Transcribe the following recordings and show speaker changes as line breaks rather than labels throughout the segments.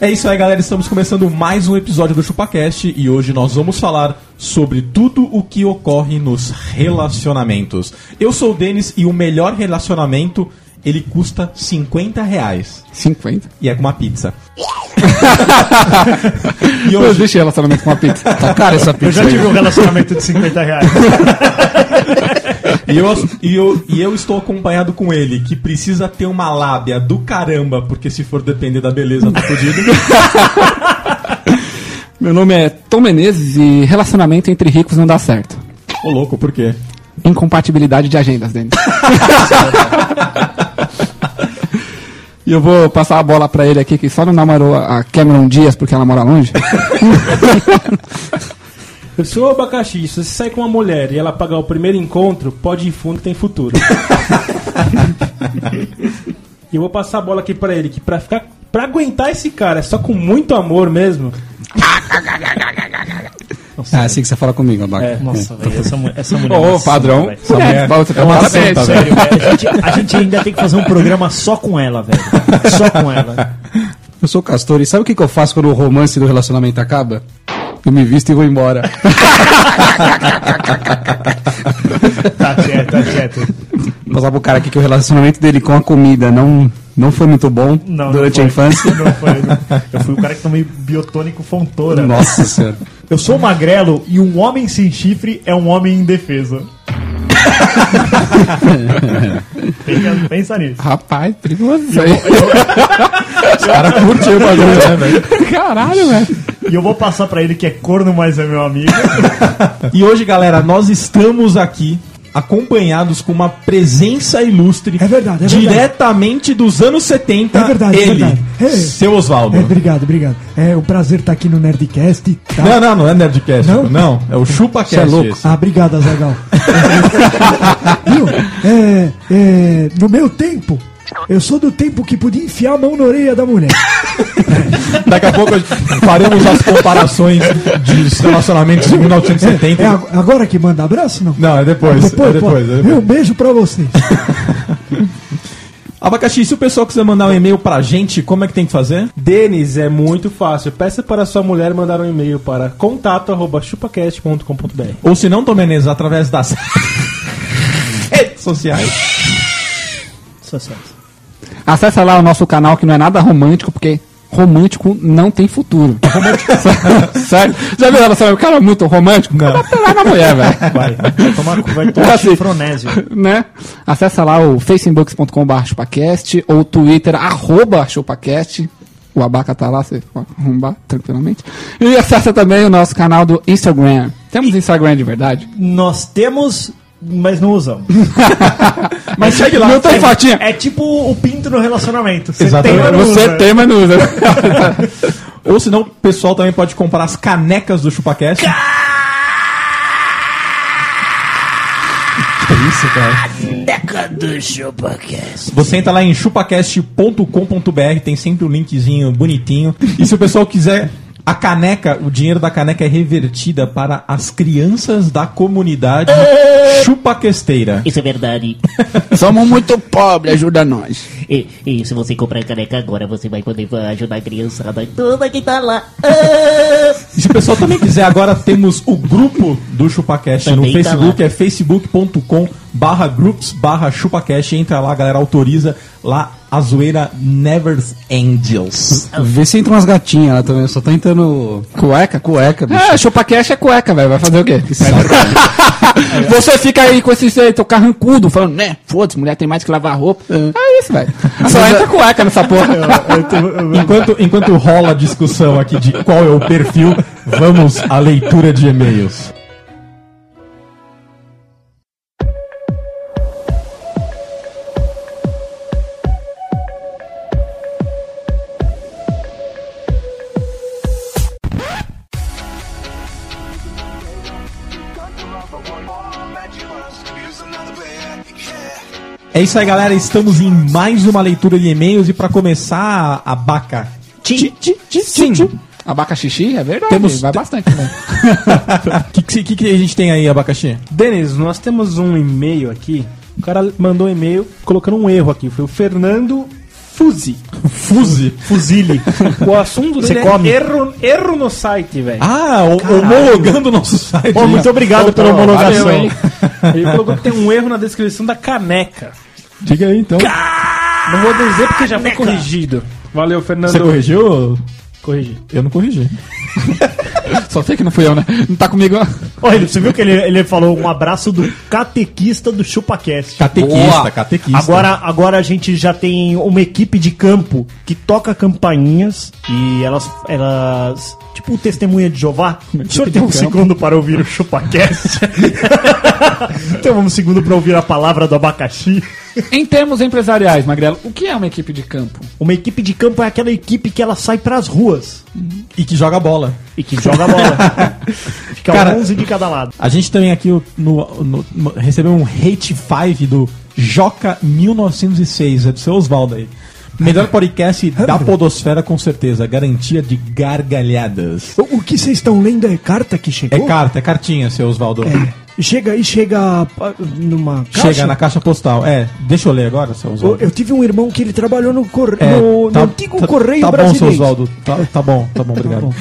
É isso aí, galera. Estamos começando mais um episódio do ChupaCast e hoje nós vamos falar sobre tudo o que ocorre nos relacionamentos. Eu sou o Denis e o melhor relacionamento ele custa 50 reais
50.
e é com uma pizza.
E
hoje?
eu deixei relacionamento com uma pizza. Tá cara essa pizza.
Eu já
aí.
tive um relacionamento de 50 reais.
E eu, e, eu, e eu estou acompanhado com ele, que precisa ter uma lábia do caramba, porque se for depender da beleza, tá fudido.
Meu nome é Tom Menezes e relacionamento entre ricos não dá certo.
Ô louco, por quê?
Incompatibilidade de agendas, Denis. E eu vou passar a bola pra ele aqui, que só não namorou a Cameron Dias porque ela mora longe.
Se o abacaxi, se você sai com uma mulher e ela pagar o primeiro encontro, pode ir fundo que tem futuro. e eu vou passar a bola aqui pra ele, que pra ficar. Pra aguentar esse cara, é só com muito amor mesmo.
Ah, é assim que você fala comigo, Abaca.
É, nossa, velho, essa, mu- essa mulher.
Hum. Ô,
é uma
padrão.
santa, velho.
Essa mulher fala que você tá uma
santa,
santa,
Sério, velho, a gente, a gente ainda tem que fazer um programa só com ela, velho. Só com ela.
Eu sou castor e sabe o que, que eu faço quando o romance do relacionamento acaba? Eu me visto e vou embora.
Tá certo, tá certo.
Vou Passar pro cara aqui que o relacionamento dele com a comida não, não foi muito bom
Não,
durante
não
a
foi.
infância.
Não foi. Eu fui o cara que tomei biotônico fontora.
Nossa senhora.
Eu sou magrelo e um homem sem chifre é um homem indefeso. pensa, pensa nisso.
Rapaz, perigoso isso aí. Os caras
um
curtiram o velho? Caralho, velho.
E eu vou passar pra ele que é corno, mas é meu amigo.
E hoje, galera, nós estamos aqui acompanhados com uma presença ilustre.
É verdade, é verdade.
Diretamente dos anos 70.
É verdade, é
ele,
verdade. É.
seu Oswaldo.
É, obrigado, obrigado. É um prazer estar aqui no Nerdcast. Tá?
Não, não, não é Nerdcast. Não,
Não?
é o ChupaCast.
Você é louco.
esse.
Ah, obrigado, Azagal. Viu? É, é, no meu tempo, eu sou do tempo que podia enfiar a mão na orelha da mulher.
Daqui a pouco faremos as comparações de relacionamentos de 1970.
É ag- agora que manda abraço? Não.
Não, é depois. é
pô.
depois, é
Um
depois.
beijo pra vocês.
Abacaxi, se o pessoal quiser mandar um e-mail pra gente, como é que tem que fazer?
Denis, é muito fácil. Peça para sua mulher mandar um e-mail para contato.chupacast.com.br.
Ou se não, Tom Menezes, através das redes sociais.
Sucesso.
Acessa lá o nosso canal que não é nada romântico, porque romântico não tem futuro. Sério? Já viu ela sabe? O cara é muito romântico? O cara vai pelar na mulher, velho.
Vai, vai tomar, vai tomar
Assim.
chifronésio.
Né? Acessa lá o facebook.com.br chupacast ou twitter arroba chupacast. O abaca tá lá, você pode arrombar tranquilamente. E acessa também o nosso canal do Instagram. Temos Instagram de verdade?
Nós temos, mas não usamos.
Mas segue lá. Não tem fotinha.
É tipo o pinto no relacionamento. Você tem,
Exatamente.
mas não
Você
usa.
tem, mas não usa.
Ou se não, o pessoal também pode comprar as canecas do ChupaCast. Você entra lá em chupacast.com.br, tem sempre um linkzinho bonitinho. E se o pessoal quiser a caneca, o dinheiro da caneca é revertida para as crianças da comunidade chupaquesteira.
Isso é verdade.
Somos muito pobres, ajuda nós.
E, e se você comprar caneca agora, você vai poder ajudar a criançada toda que tá lá. Ah,
E se o pessoal também quiser, agora temos o grupo do ChupaCast no
Também tá
Facebook, é facebook.com barra groups barra ChupaCast. Entra lá, galera, autoriza lá a zoeira Never Angels.
Vê se entra umas gatinhas lá também. Eu só tô entrando
Cueca?
cueca, bicho.
É, chupaquete é cueca, velho. Vai fazer o quê? Você fica aí com esse jeito carrancudo, falando, né? Foda-se, mulher tem mais que lavar roupa. É isso, velho. Só entra cueca nessa porra.
Enquanto, enquanto rola a discussão aqui de qual é o perfil, vamos à leitura de e-mails.
Got the rubber one more. Bet you must use another beer. Yeah.
É isso aí, galera. Estamos em mais uma leitura de e-mails e para começar, a Baca.
Ti, ti, ti,
Sim.
ti, ti. Abacaxixi, é verdade.
Temos-
Vai bastante, né?
O que, que- que, que a gente tem aí, Abacaxi?
Denis, nós temos um e-mail aqui. O cara mandou um e-mail colocando um erro aqui. Foi o Fernando Fuzi.
Fuse.
Fuzile. o assunto dele é erro, erro no site, velho.
Ah, o- homologando o nosso site.
Ô, muito obrigado pela homologação.
valeu, hein?
Ele colocou que tem um erro na descrição da caneca.
Diga aí, então.
Não vou dizer porque já foi corrigido. Valeu, Fernando.
Você corrigiu?
Corrigi.
Eu não corrigi.
Só sei que não fui eu, né? Não tá comigo.
Olha, você viu que ele, ele falou um abraço do catequista do ChupaCast.
Catequista, catequista.
Agora, agora a gente já tem uma equipe de campo que toca campainhas e elas. elas tipo, testemunha de Jeová. O senhor tem um segundo para ouvir o ChupaCast? tem um segundo para ouvir a palavra do abacaxi?
Em termos empresariais, Magrelo, o que é uma equipe de campo?
Uma equipe de campo é aquela equipe que ela sai pras ruas
E que joga bola.
e que joga bola. Fica
Cara,
11 de cada lado.
A gente também aqui o- no, no- no- recebeu um hate 5 do Joca 1906, é do seu Osvaldo aí. Melhor podcast da podosfera com certeza, garantia de gargalhadas.
O, o que vocês estão lendo é carta que
É
chegou?
carta, é cartinha, seu Osvaldo.
É. Chega e chega ah, numa caixa.
Chega na caixa postal. É, deixa eu ler agora, seu
Eu,
Osvaldo.
eu tive um irmão que ele trabalhou no, cor...
É,
no, no antigo Correio
tá Bom, seu
Brasileiro.
Osvaldo. Tá, tá bom, tá bom, obrigado.
bom.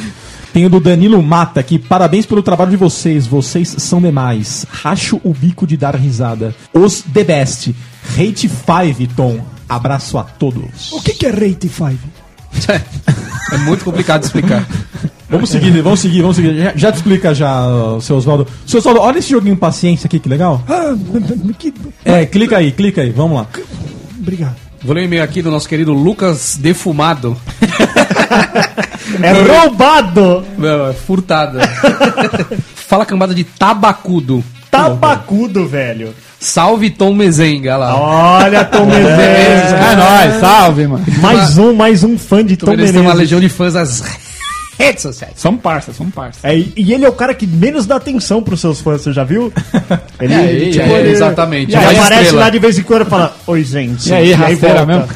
Tem o do Danilo Mata aqui. Parabéns pelo trabalho de vocês. Vocês são demais. Racho o bico de dar risada. Os The Best. Hate 5, Tom. Abraço a todos.
O que, que é Rate 5?
É muito complicado de explicar.
Vamos seguir, vamos seguir, vamos seguir. Já, já te explica já, ó, seu Osvaldo. Seu Osvaldo, olha esse joguinho paciência aqui, que legal.
Ah, que...
É, clica aí, clica aí, vamos lá.
Obrigado.
Vou ler um e-mail aqui do nosso querido Lucas Defumado.
É roubado!
Não, é furtada. Fala cambada de tabacudo.
É Tabacudo, Tá velho.
Salve Tom Mezenga lá.
Olha, Tom Menezes.
É nóis, salve, mano.
Mais um, mais um fã de
Tom
Tom
Mezenga tem uma
Menezes.
legião de fãs às redes sociais.
Somos parça, somos parça.
É, e ele é o cara que menos dá atenção pros seus fãs, você já viu? Ele, tipo,
É, ele- é,
ele-
exatamente,
Ele
é uma
aparece
estrela.
lá de vez em quando e fala, oi gente.
E aí, rasteira
volta.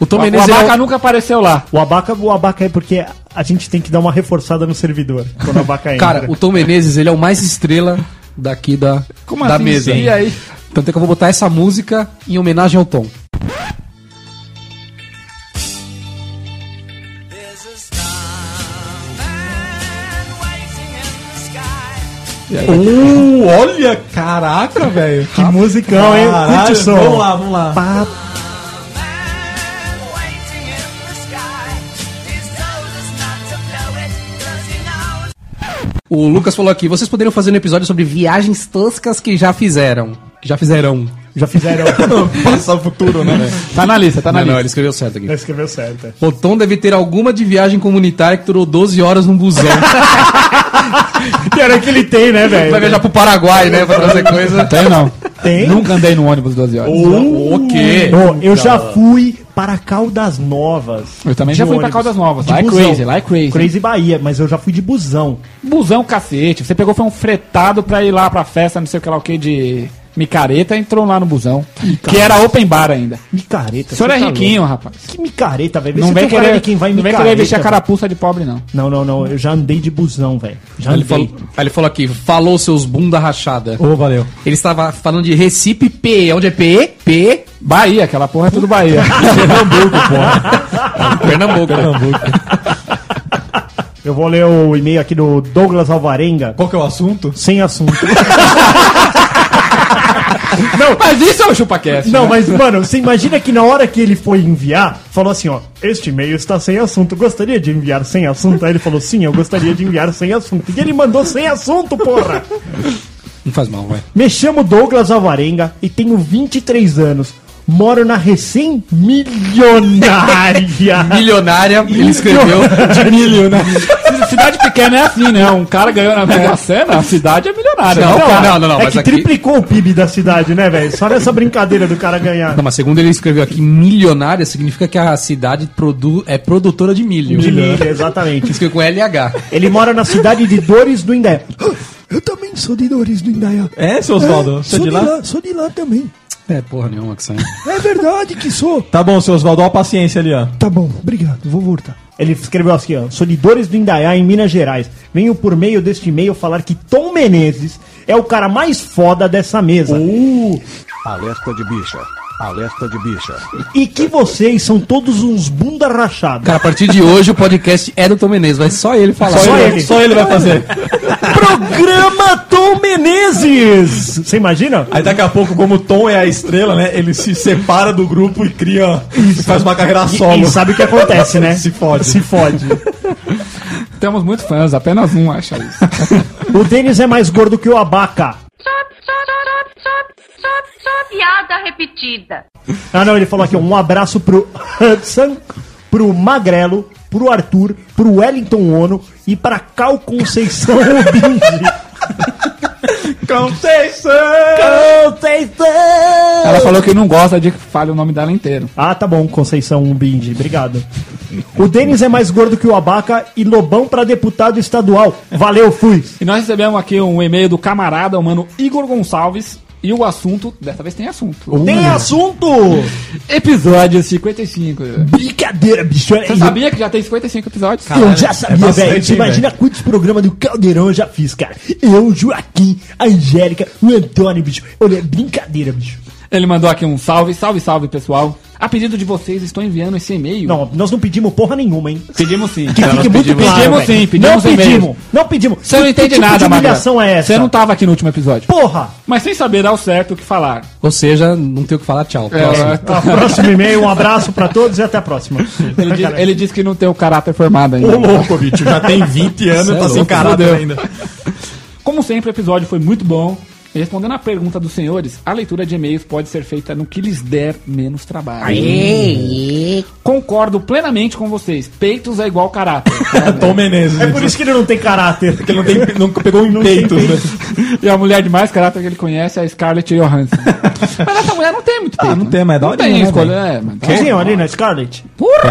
O Tom
O
Menezes
abaca
é o...
nunca apareceu lá.
O abaca, o abaca é porque a gente tem que dar uma reforçada no servidor quando o abaca entra.
Cara, o Tom Menezes, ele é o mais estrela daqui da, da mesa.
E aí?
Tanto é que eu vou botar essa música em homenagem ao Tom.
Uh, olha, caraca, velho.
que musicão, hein? Curte o
Caralho,
som.
vamos lá, vamos lá.
O Lucas falou aqui, vocês poderiam fazer um episódio sobre viagens toscas que já fizeram. Que já fizeram.
Já fizeram.
Passar o futuro, né?
Tá na lista, tá na
Não, não,
lista.
ele escreveu certo aqui.
Escreveu certo.
O Tom deve ter alguma de viagem comunitária que durou 12 horas num busão.
Pior é que ele tem, né,
Vai
velho?
viajar pro Paraguai, né? Pra trazer coisa.
Tem não.
Tem?
Nunca andei no ônibus 12 horas.
O quê?
É
Ô, eu já fui para Caldas Novas.
Eu também
De
já fui pra
ônibus.
Caldas Novas.
De
Lá é
busão.
crazy, lá é crazy.
Crazy Bahia, mas eu já fui de busão.
Busão cacete. Você pegou, foi um fretado pra ir lá pra festa, não sei o que lá o que, de micareta, entrou lá no busão. que era open bar ainda.
Micareta.
O senhor
você
é
tá
riquinho, rapaz.
louco. Que micareta, velho. Vê
Não
se
vem,
tem um cara
querer,
de quem vai em
não vem
micareta,
querer vestir a
velho.
carapuça de pobre, não.
Não, não, não. Eu já andei de busão, velho. Já
Aí ele,
andei.
falou, aí ele falou aqui, falou seus bunda rachada.
Ô, valeu.
Ele estava falando de Recife P. Onde é P? P.
Bahia, aquela porra é tudo Bahia.
Pernambuco.
Eu vou ler o e-mail aqui do Douglas Alvarenga.
Qual que é o assunto?
Sem assunto.
Mas isso é o ChupaCast.
Não, mas, mano, você imagina que na hora que ele foi enviar, falou assim, ó, este e-mail está sem assunto, gostaria de enviar sem assunto? Aí ele falou, sim, eu gostaria de enviar sem assunto. E ele mandou sem assunto, porra!
Não faz mal, vai.
Me chamo Douglas Alvarenga e tenho 23 anos. Moro na recém-milionária.
Milionária, ele escreveu.
de milho, né? Cidade pequena é assim, né? Um cara ganhou na Mega Sena, a cidade é milionária.
Não,
né?
cara, não, não, não,
é
mas
que
aqui-
triplicou o PIB da cidade, né, velho? Só nessa brincadeira do cara ganhar.
Não, mas segundo ele escreveu aqui, milionária significa que a cidade produ é produtora de milho.
De milho, exatamente.
Escreveu com LH.
Ele mora na cidade de Dores do Indé.
Eu também sou de Dores do Indaiá.
É, seu Osvaldo?
É,
Você é
sou
de lá?
Sou de lá também.
É, porra nenhuma que sai.
É verdade que sou.
Tá bom, seu Oswaldo, ó a paciência ali, ó.
Tá bom, obrigado, vou voltar.
Ele escreveu assim, ó, Solidores do Indaiá, em Minas Gerais. Venho por meio deste e-mail falar que Tom Menezes é o cara mais foda dessa mesa.
Alerta Uh. de bicha. Alerta de bicha.
E que vocês são todos uns bunda rachada.
Cara, a partir de hoje o podcast é do Tom Menezes, vai só ele falar.
Só ele.
Só ele vai fazer.
Programa Tom Menezes! Você imagina?
Aí daqui a pouco, como o Tom é a estrela, né? Ele se separa do grupo e cria. E faz uma carreira
E,
solo.
e sabe o que acontece, né?
Se fode.
Se fode.
Temos muitos fãs, apenas um acha isso.
O Denis é mais gordo que o Abaca.
Só, só, só, só, só, só piada repetida.
Ah, não, ele falou aqui, ó, um abraço pro Hudson, pro Magrelo, pro Arthur, pro Wellington Ono e pra Cal Conceição Obindi.
Conceição!
Conceição!
Ela falou que não gosta de que fale o nome dela inteiro.
Ah, tá bom, Conceição Obindi, obrigado. O Denis é mais gordo que o Abaca e Lobão pra deputado estadual. Valeu, fui.
E nós recebemos aqui um e-mail do camarada, o mano Igor Gonçalves. E o assunto, dessa vez tem assunto.
Tem assunto!
Episódio 55.
Brincadeira, bicho. é
Você sabia que já tem 55 episódios?
Eu já sabia,
é bastante,
velho. Você
hein,
imagina quantos programas do Caldeirão eu já fiz, cara. Eu, Joaquim, a Angélica, o Antônio, bicho. Olha, é brincadeira, bicho.
Ele mandou aqui um salve, salve, salve, pessoal. A pedido de vocês, estou enviando esse e-mail.
Não, nós não pedimos porra nenhuma, hein?
Pedimos sim.
Que fique muito
pedimos.
claro,
Pedimos
velho.
sim, pedimos
Não
e-mail.
pedimos, um não pedimos.
Você não
Que
entende
tipo
nada,
de
Magrela.
humilhação é essa?
Você não tava aqui no último episódio.
Porra!
Mas sem saber ao certo o que falar.
Ou seja, não tem o que falar, tchau. Próximo.
É,
Ó, próximo e-mail, um abraço pra todos e até a próxima.
ele, diz, ele diz que não tem o caráter formado ainda.
Ô louco, bicho, já tem 20 anos
Cê
e
é
tá sem
louco,
caráter
fudeu.
ainda.
Como sempre, o episódio foi muito bom. E Respondendo à pergunta dos senhores, a leitura de e-mails pode ser feita no que lhes der menos trabalho. Concordo plenamente com vocês. Peitos é igual caráter.
Tom Menezes.
É por isso que ele não tem caráter.
que ele não, tem, não pegou em peito. né?
e a mulher de mais caráter que ele conhece é a Scarlett Johansson. mas essa mulher não tem muito
Ah,
peito.
não tem, mas é
Não
daorinha,
tem
né,
escolha. É, mas...
Vocês iam ali né? na Scarlett?
Puta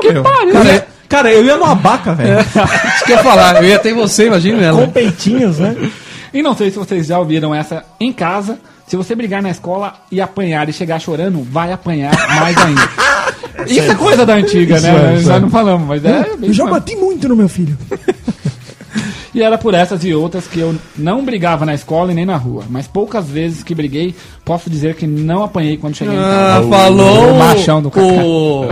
que pariu.
Cara, É.
né?
eu- Cara, eu ia no abaca, velho.
Isso que eu ia falar, eu ia ter você, imagina ela.
Com peitinhos, né?
E não sei se vocês já ouviram essa em casa. Se você brigar na escola e apanhar e chegar chorando, vai apanhar mais ainda. Isso é coisa da antiga,
é,
né? Nós não falamos, mas é. bem
Eu já
isso mesmo.
bati muito no meu filho.
E era por essas e outras que eu não brigava na escola e nem na rua. Mas poucas vezes que briguei, posso dizer que não apanhei quando cheguei em casa.
Ah, falou
O machão do
o-
Kaká.
o,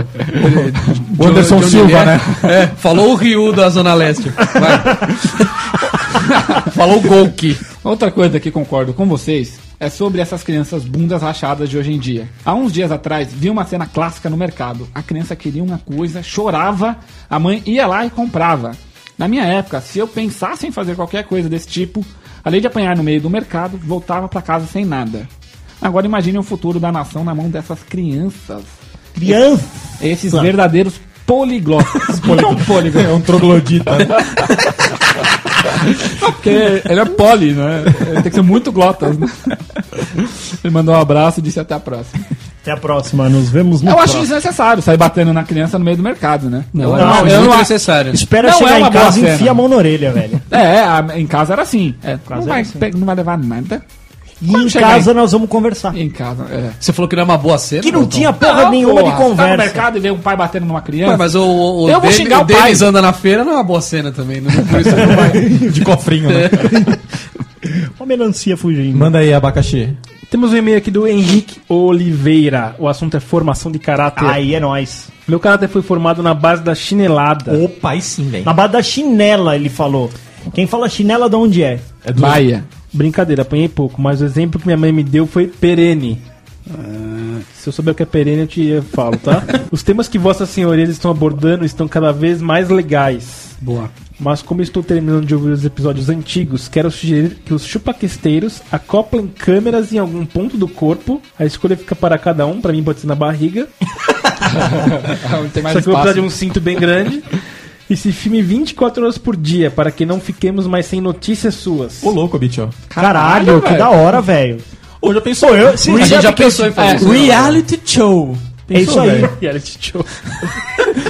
O Anderson
Johnny
Silva, né?
É, falou o Ryu da Zona Leste. Vai. falou o Golki.
Outra coisa que concordo com vocês é sobre essas crianças bundas rachadas de hoje em dia. Há uns dias atrás vi uma cena clássica no mercado. A criança queria uma coisa, chorava, a mãe ia lá e comprava. Na minha época, se eu pensasse em fazer qualquer coisa desse tipo, além de apanhar no meio do mercado, voltava pra casa sem nada. Agora imagine o futuro da nação na mão dessas crianças.
Criança.
Esses verdadeiros poliglotas. Não poliglota.
É um troglodita. né?
Porque ele é poli, né? Ele tem que ser muito glotas, né? Ele mandou um abraço e disse até a próxima.
Até a próxima, nos vemos no
Eu acho
próximo.
desnecessário sair batendo na criança no meio do mercado, né?
Não,
eu
não,
não,
é
eu
muito
não acho.
necessário.
Espera
Não é uma
chegar em
boa
casa e
cena.
enfia a mão na orelha, velho.
É, a- em casa era assim. É, não,
casa
vai,
era assim.
pe- não vai levar nada.
E
Quando
em
chegar
casa nós vamos conversar.
Em casa, é.
Você falou que não é uma boa cena?
Que não
Dalton?
tinha porra
Não,
nenhuma
porra,
de
Tá no
conversa.
mercado e vê um pai batendo numa criança.
Ué, É, mas o, o, o
Eu vou
Denis-
xingar o pai.
Denis anda na feira não é uma boa cena também. Não, por isso que não vai.
De cofrinho, né?
Uma melancia fugindo.
Manda aí, abacaxi.
Temos um e-mail aqui do Henrique Oliveira. O assunto é formação de caráter.
Aí é nóis.
Meu caráter foi formado na base da chinelada.
Opa, aí sim, velho.
Na base da chinela, ele falou. Quem fala chinela, de onde é?
É do-
Maia.
Brincadeira, apanhei pouco, mas o exemplo que minha mãe me deu foi perene.
Ah.
Se eu souber o que é perene, eu te eu falo, tá? Os temas que vossas senhorias estão abordando estão cada vez mais legais.
Boa.
Mas como estou terminando de ouvir os episódios antigos, quero sugerir que os chupaquesteiros acoplem câmeras em algum ponto do corpo. A escolha fica para cada um, pra mim pode ser na barriga.
Não tem mais
Só que eu vou
espaço.
precisar de um cinto bem grande. E se filme 24 horas por dia, para que não fiquemos mais sem notícias suas.
Ô, louco, bicho.
Caralho, que
velho.
da hora, velho.
Hoje eu penso eu.
Sim,
A gente já pensou em
É.
fazer isso.
Reality show.
É isso aí.
Reality show.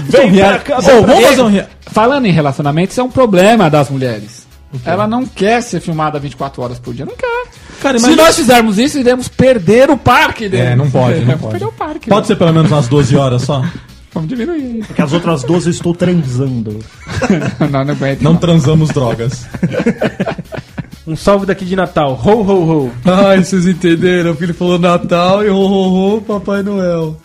Vem pra cá. Ô, vamos fazer um rea-
Falando em relacionamento, isso é um problema das mulheres. Ela não quer ser filmada 24 horas por dia. Não quer. Se nós fizermos isso, iremos perder o parque dele.
É, não pode, não
Iremos
pode.
perder o parque.
Pode ser pelo menos umas 12 horas só?
Vamos diminuir.
Porque as outras 12 eu estou transando.
não, não aguento.
Não transamos drogas.
Um salve daqui de Natal. Ho, ho, ho.
Ai, vocês entenderam que ele falou Natal e ho, ho, ho, Papai Noel.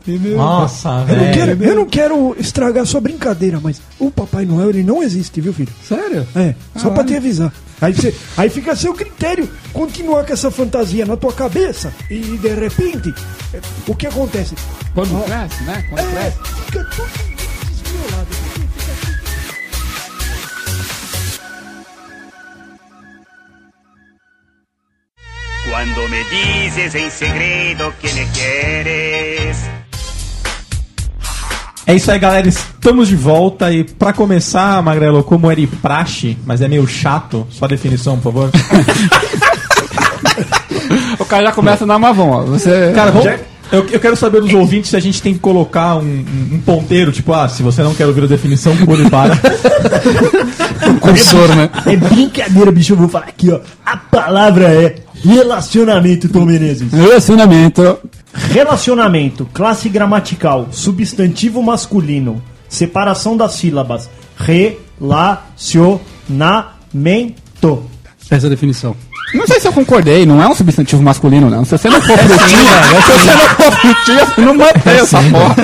Entendeu?
Nossa,
Eu não,
velho.
quero, eu não quero estragar sua brincadeira, mas o Papai Noel ele não existe, viu, filho?
Sério?
É, só pra te avisar. Aí, você, aí fica a seu critério continuar com essa fantasia na tua cabeça e de repente, é, o que acontece?
Quando cresce, né? Quando
É,
cresce.
fica tudo desmiolado.
Cuando me dices en segredo que me quieres.
É isso aí, galera. Estamos de volta e pra começar, Magrelo, como era de praxe, mas é meio chato, só a definição, por favor.
O cara já começa na mavão, ó. Você...
Cara, vamos- eu, eu quero saber dos ouvintes se a gente tem que colocar um, um- um ponteiro, tipo, ah, se você não quer ouvir a definição, pule e para.
Cursor, né?
É brincadeira, bicho. Eu vou falar aqui, ó. A palavra é relacionamento, Tom Menezes.
né? Relacionamento.
Relacionamento, classe gramatical, substantivo masculino, separação das sílabas, relacionamento.
Essa é a definição.
Não sei se eu concordei, não é um substantivo masculino, não. Se você não for frutinha, se você não for frutinha, você não mantém essa porra.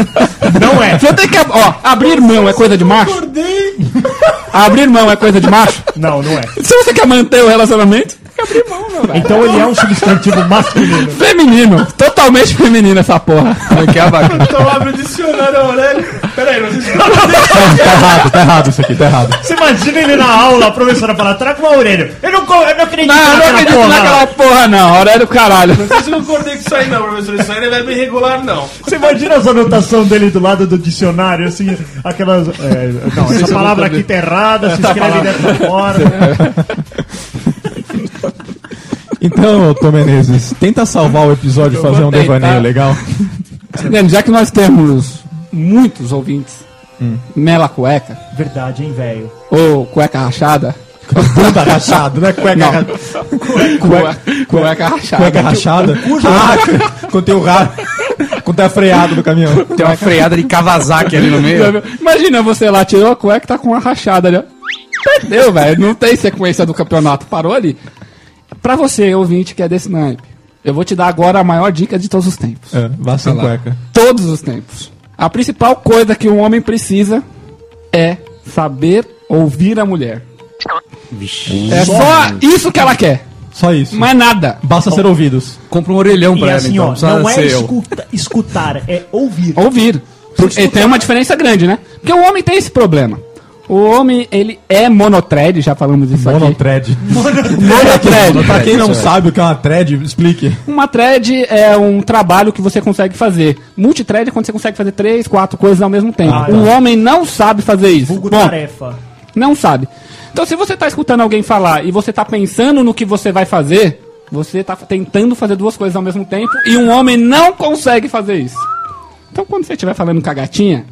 Não é,
Você tem que. ab- Ó, abrir mão é coisa de macho? Abrir mão é coisa de macho?
não, não é.
Se você quer manter o relacionamento, tem que abrir mão, meu velho.
Então ele é um substantivo masculino.
Feminino, totalmente feminino essa porra.
Como é que é a vaca?
Então abre o dicionário, Aurélio. Peraí,
tá errado, tá errado isso aqui, tá errado.
Você imagina ele na aula, a professora fala, traga o Aurélio. Eu não, co- eu não acredito
Não, eu não
naquela
acredito
porra.
naquela porra, não. Hora é do caralho.
vocês não concordei com isso aí, não, professor. Isso aí não é verbo irregular, não.
Você imagina as anotações dele do lado do dicionário, assim, aquelas. é, não, essa palavra aqui tá errada, se escreve dessa forma.
Então, Tom Menezes, tenta salvar o episódio e fazer um
vou tentar.
devaneio legal.
Entendeu? Já que nós temos muitos ouvintes, Hum. mela cueca,
Verdade, hein, velho?
ou cueca rachada.
Bunda rachado, né? Cueca,
Não.
ra-
Cueca, cueca rachada.
cueca rachada. Ah, quando tem o ra... Quando tá freado do caminhão.
Tem uma freada de Kawasaki ali no meio.
Imagina você lá, tirou a cueca, tá com uma rachada ali. ó. Perdeu, velho. Não tem sequência do campeonato. Parou ali. Pra você, ouvinte, que é desse naipe, eu vou te dar agora a maior dica de todos os tempos.
É, vá sem cueca.
Todos os tempos. A principal coisa que um homem precisa é saber ouvir a mulher. É só isso que ela quer.
Só isso.
Mais nada.
Basta ser ouvidos.
Compra um orelhão
E
pra
assim,
ela,
ó,
então.
não
Não
é
ser eu.
escuta- escutar, é ouvir.
Ouvir. Porque
escutar.
tem uma diferença grande, né? Porque o homem tem esse problema. O homem, ele é monotred, já falamos isso tá aqui.
Monotred.
Monotred.
Pra quem não sabe o que é uma thread, explique.
Uma thread é um trabalho que você consegue fazer. Multithread é quando você consegue fazer três, quatro coisas ao mesmo tempo.
Ah, tá.
O homem não sabe fazer isso.
Vulgo
Bom,
tarefa.
não sabe. Então, se você tá escutando alguém falar e você tá pensando no que você vai fazer, você tá tentando fazer duas coisas ao mesmo tempo e um homem não consegue fazer isso. Então, quando você estiver falando com a gatinha,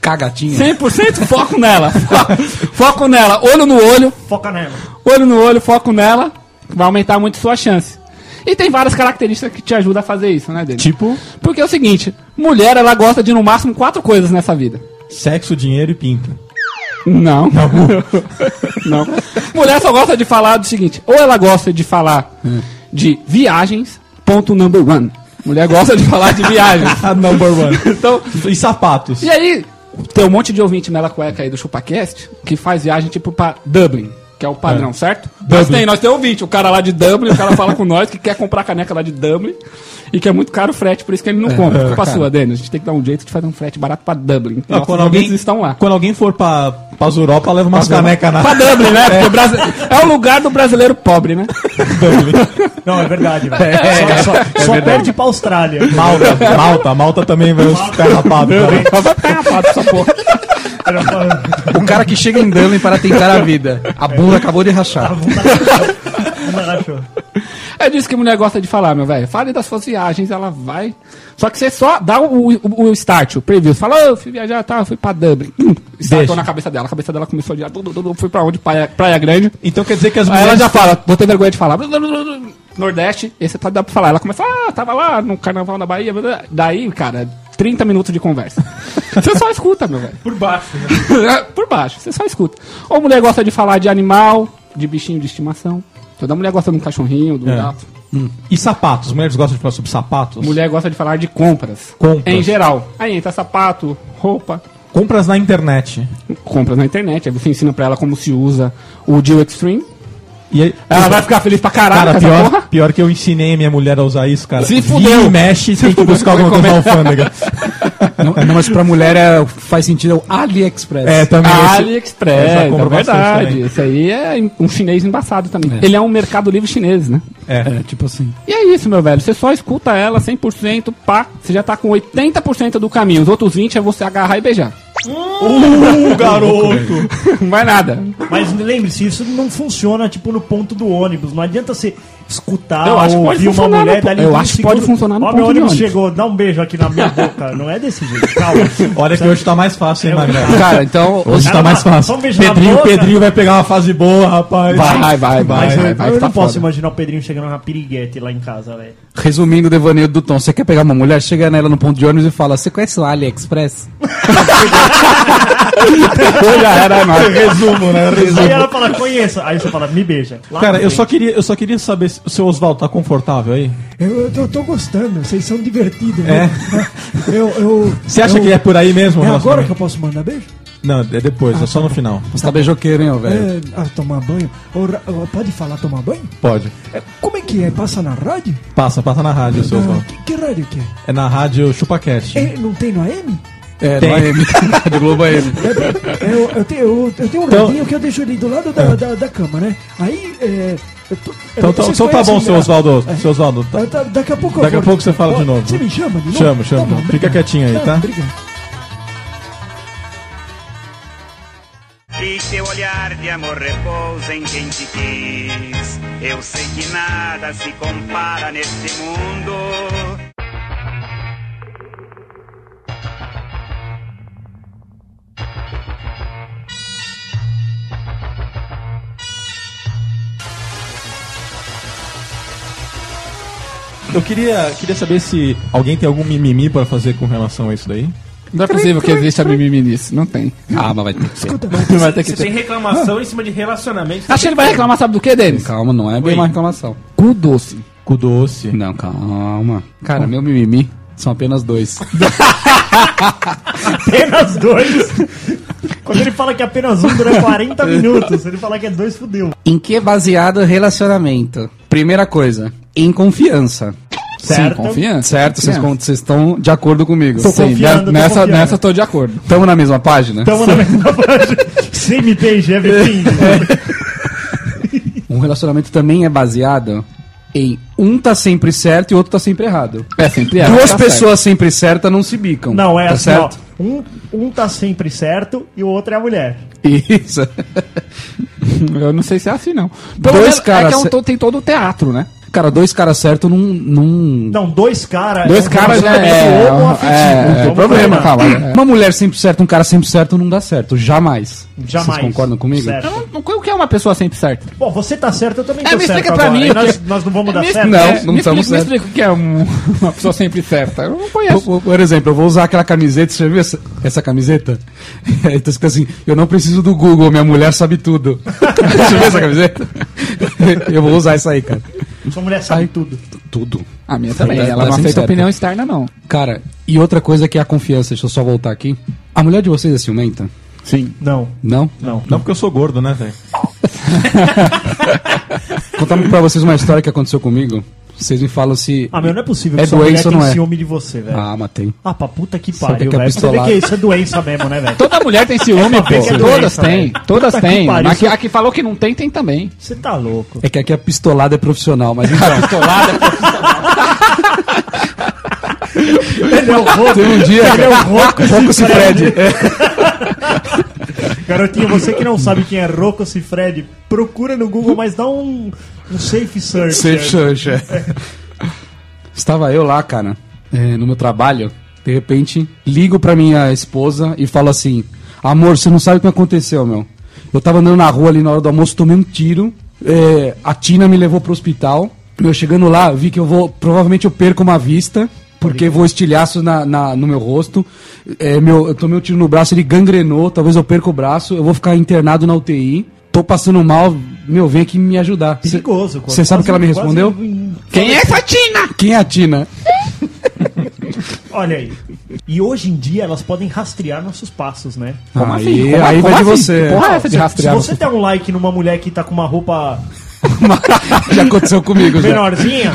Cagatinha.
100% foco nela. Fo- foco nela. Olho no olho,
Foca nela.
olho no olho, foco nela. Vai aumentar muito sua chance. E tem várias características que te ajudam a fazer isso, né, Denis?
Tipo,
Porque é o seguinte, mulher, ela gosta de no máximo quatro coisas nessa vida.
sexo, dinheiro e pinto.
Não. Não. Mulher só gosta de falar do seguinte: ou ela gosta de falar de viagens, ponto number one. Mulher gosta de falar de viagens.
Ah, number one.
Então,
E sapatos.
e aí, tem um monte de ouvinte mela cueca aí do ChupaCast que faz viagem tipo pra Dublin, que é o padrão, certo? Nós tem, nós tem ouvinte, o cara lá de Dublin, o cara fala com nós que quer comprar caneca lá de Dublin e que é muito caro o frete, por isso que ele não compra. Fica Culpa sua, Denis. A gente tem que dar um jeito de fazer um frete barato pra Dublin.
Não,
Nossos ouvintes estão lá.
Quando alguém for pra, pras Europa, leva umas canecas na.
Pra Dublin, né? Porque o Brasi- é o lugar do brasileiro pobre, né?
Não, é verdade, velho. só só- só
É
perde pra Austrália.
é Malta, Malta, Malta também vai os pés rapados. também.
O cara que chega em Dublin para tentar a vida. A bunda acabou de rachar.
Não achou.
É É disso que mulher gosta de falar, meu velho. Fale das suas viagens, ela vai. Só que você só dá o, o, o start, o preview. Você fala, "Ah, eu fui viajar, tá, eu fui pra Dublin. Startou
Deixa.
na cabeça dela. A cabeça dela começou a viajar. Du, du, du, du, Fui pra onde? Praia, Praia Grande.
Então quer dizer que as
Aí ela
mulheres
já
têm-
fala, vou ter vergonha de falar. Nordeste, esse tá dá pra falar. Ela começa, ah, tava lá no carnaval na Bahia. blá, blá. Daí, cara, 30 minutos de conversa. Você só escuta, meu velho. É,
Por baixo, né?
Por baixo, você só escuta. Ou mulher gosta de falar de animal, de bichinho de estimação. Toda mulher gosta de um cachorrinho, de um
É.
gato.
E sapatos? Mulheres gostam de falar sobre sapatos?
Mulher gosta de falar de compras.
Compras.
Em geral. Aí entra sapato, roupa.
Compras na internet.
Compras na internet. Aí você ensina pra ela como se usa o Deal Extreme.
E aí,
Ela vai ficar feliz pra caralho
Cara,
com essa
pior,
porra.
pior que eu ensinei minha mulher a usar isso, cara.
Se
Vira
fudeu.
e mexe,
Se
tem que
fudeu,
buscar
vai
alguma coisa na
comer.
alfândega.
Não, não, mas pra mulher é- faz sentido é o AliExpress.
É, também.
A
esse-
AliExpress,
essa eu
é
compro bastante
verdade.
também.
Esse aí é um chinês embaçado também. Ele é um mercado livre chinês, né?
É.
É, tipo assim.
E é isso, meu velho. Você só escuta ela 100%, pá. Você já tá com 80% do caminho. Os outros 20% é você agarrar e beijar.
Uh, garoto!
Não vai nada.
Mas lembre-se, isso não funciona tipo no ponto do ônibus. Não adianta você escutar
Eu acho que
ou
pode
ouvir uma
funcionar
mulher
no- eu
um
acho que pode
segundo,
funcionar no
"Ó,
ponto
meu
de
ônibus
ônibus."
chegou, dá um beijo aqui na minha boca. Não é desse jeito, calma.
Olha que hoje tá mais fácil, hein, Magrela?
Cara, então.
Hoje tá
Cara,
mais
só
fácil.
um beijo na
Pedrinho,
boca.
Pedrinho vai pegar uma fase boa, rapaz.
tá-
Vai, vai, vai,
Mas
vai.
eu,
vai, vai
eu
que tá
não posso
foda.
imaginar o Pedrinho chegando na piriguete lá em casa, velho.
Resumindo o devaneio do Tom, você quer pegar uma mulher, chega nela no ponto de ônibus e fala: Você conhece o AliExpress?
já era, mano.
Resumo, né?
Aí ela fala, conheça. Aí você fala, me beija. Lá
Cara,
na
eu
frente.
só queria, eu só queria saber se o seu Oswaldo tá confortável aí.
Eu, eu tô, tô gostando, vocês são divertidos.
É.
né? Eu, eu,
Você acha
eu-
que é por aí mesmo? o
É agora
relacionamento?
que eu posso mandar beijo?
Não, é depois, é só no final.
Você tá beijoqueiro, hein, ô velho?
É, ah, tomar banho. Ô, Ra- ô, pode falar tomar banho?
Pode.
É, Como é que é? Passa na rádio?
Passa, passa na rádio, seu
Ah,
Oswaldo.
que, que rádio que é?
É na rádio ChupaCast.
É, não tem no AM?
É,
Tem.
do AM, do Globo é AM.
Eu, eu, tenho, eu, eu tenho
É.
um
Então- É.
radinho que eu deixo ele do lado da, da, da cama, né? Aí. É, eu tô-
Então, tá-
vocês
então tá
conhecem né?
bom, seu
minha-
Oswaldo. Seu Oswaldo, tá-
Ah, tá- daqui a pouco eu
Daqui a
volto.
pouco você fala de
Ó,
novo.
Você me chama de novo? Tá
Chama, chama.
bom,
Fica
obrigado.
quietinho aí,
Não,
tá?
Obrigado.
E teu olhar de amor repousa em quem te quis. Eu sei que nada se compara neste mundo.
Eu queria, queria saber se alguém tem algum mimimi pra fazer com relação a isso daí.
Não é possível que exista mimimi nisso. Não tem.
Calma, vai ter que ser.
Escuta,
Vai ter que
Você
ter.
tem reclamação em cima de relacionamento.
Acho que ele vai reclamar, sabe do que, Denis?
Calma, não é bem uma reclamação.
Cu doce.
Com doce.
Não, calma. Cara, meu mimimi são apenas dois.
apenas dois. Quando ele fala que apenas um dura 40 minutos, se ele falar que é dois, fudeu.
Em que é baseado o relacionamento? Primeira coisa, em confiança.
Certo.
Sim, confiança.
Certo? Vocês con- vocês estão de acordo comigo.
Tô
Sim,
confiando, tô
nessa,
confiando.
nessa eu tô de acordo.
Estamos na mesma página?
Tamo na mesma página. Sem me é beijar, enfim.
Tá Um relacionamento também é baseado em um tá sempre certo e o outro tá sempre errado.
É sempre ela.
Duas
tá certo.
pessoas sempre certas não se bicam.
Não, é
tá
assim,
certo?
ó. Um, um tá sempre certo e o outro é a mulher.
Isso.
Eu não sei se é assim, não.
Dois
menos-
caras-
É que é um to- tem todo o teatro, né?
Cara, dois caras certos num. num...
Não, dois um caras.
Dois caras já é,
um-
é,
homoafetivo.
é,
um Vamos
problema,
combinar.
calma. é.
Uma mulher sempre certa, um cara sempre certo não dá certo. Jamais.
Jamais.
Vocês concordam comigo?
Certo.
Não- não- O que é uma pessoa sempre certa?
Bom, você tá certo, eu também
É,
tô
me
certo
explica pra
agora.
mim
E
o
nós,
que-
nós não vamos dar
Me-
certo?
Não,
é,
não
me explica,
estamos
me
certo.
explica o que é um- uma pessoa sempre certa. Eu não
Por,
conheço.
por- por exemplo, eu vou usar aquela camiseta, você já viu essa, essa camiseta? Aí tá escrito assim, eu não preciso do Google, minha mulher sabe tudo. você viu essa camiseta? eu vou usar essa aí, cara.
Sua mulher sabe tudo.
Tudo.
A minha também.
Ela-
Ela
ela
não
sempre
aceita
certa.
opinião externa, não.
Cara, e outra coisa que é a confiança, deixa eu só voltar aqui. A mulher de vocês é ciumenta?
Sim.
Não.
Não?
Não porque eu sou gordo, né, velho?
Contar pra vocês uma história que aconteceu comigo. Vocês me falam se.
Ah, meu, não é possível
É
que sua mulher
doença ou
tem
não é?
ciúme de você, velho. Ah.
Ah, matei.
pra puta que
Sabe
pariu,
que é
velho. Você vê
pistolado.
que isso é doença mesmo, né, velho?
Toda mulher tem ciúme, pô.
doença,
Todas têm.
velho.
Todas
Puta que
têm.
pariu,
Mas que-
isso-
a que falou que não tem, tem também.
Você tá louco.
É que aqui a pistolada é profissional, mas então.
Ele é o rouco.
Teve um dia. é
Ele é o rouco.
Pouco se Fred.
Garotinho, você que não sabe quem é Rocos e Fred, procura no Google, mas dá um, um safe search.
Safe search, é. Estava eu lá, cara, eh, no meu trabalho. De repente, ligo pra minha esposa e falo assim: Amor, você não sabe o que aconteceu, meu. Eu tava andando na rua ali na hora do almoço, tomei um tiro. eh, a Tina me levou pro hospital. Eu chegando lá, vi que eu vou. Provavelmente eu perco uma vista. Porque vou estilhaço na, na- no meu rosto. Eh, meu, eu tomei um tiro no braço, ele gangrenou. Talvez eu perca o braço. Eu vou ficar internado na UTI. Tô passando mal. Meu, vem aqui me ajudar.
Perigoso.
Você sabe o que ela me
quase- um quase-
respondeu? Quem é essa Tina? Quem é a Tina?
Olha aí. E hoje em dia elas podem rastrear nossos passos, né?
Como Aí- assim? Como- aí como vai de assim? você. Que porra é essa de
Se-
rastrear
Se você der um like numa mulher que tá com uma roupa
Já aconteceu comigo, já.
menorzinha,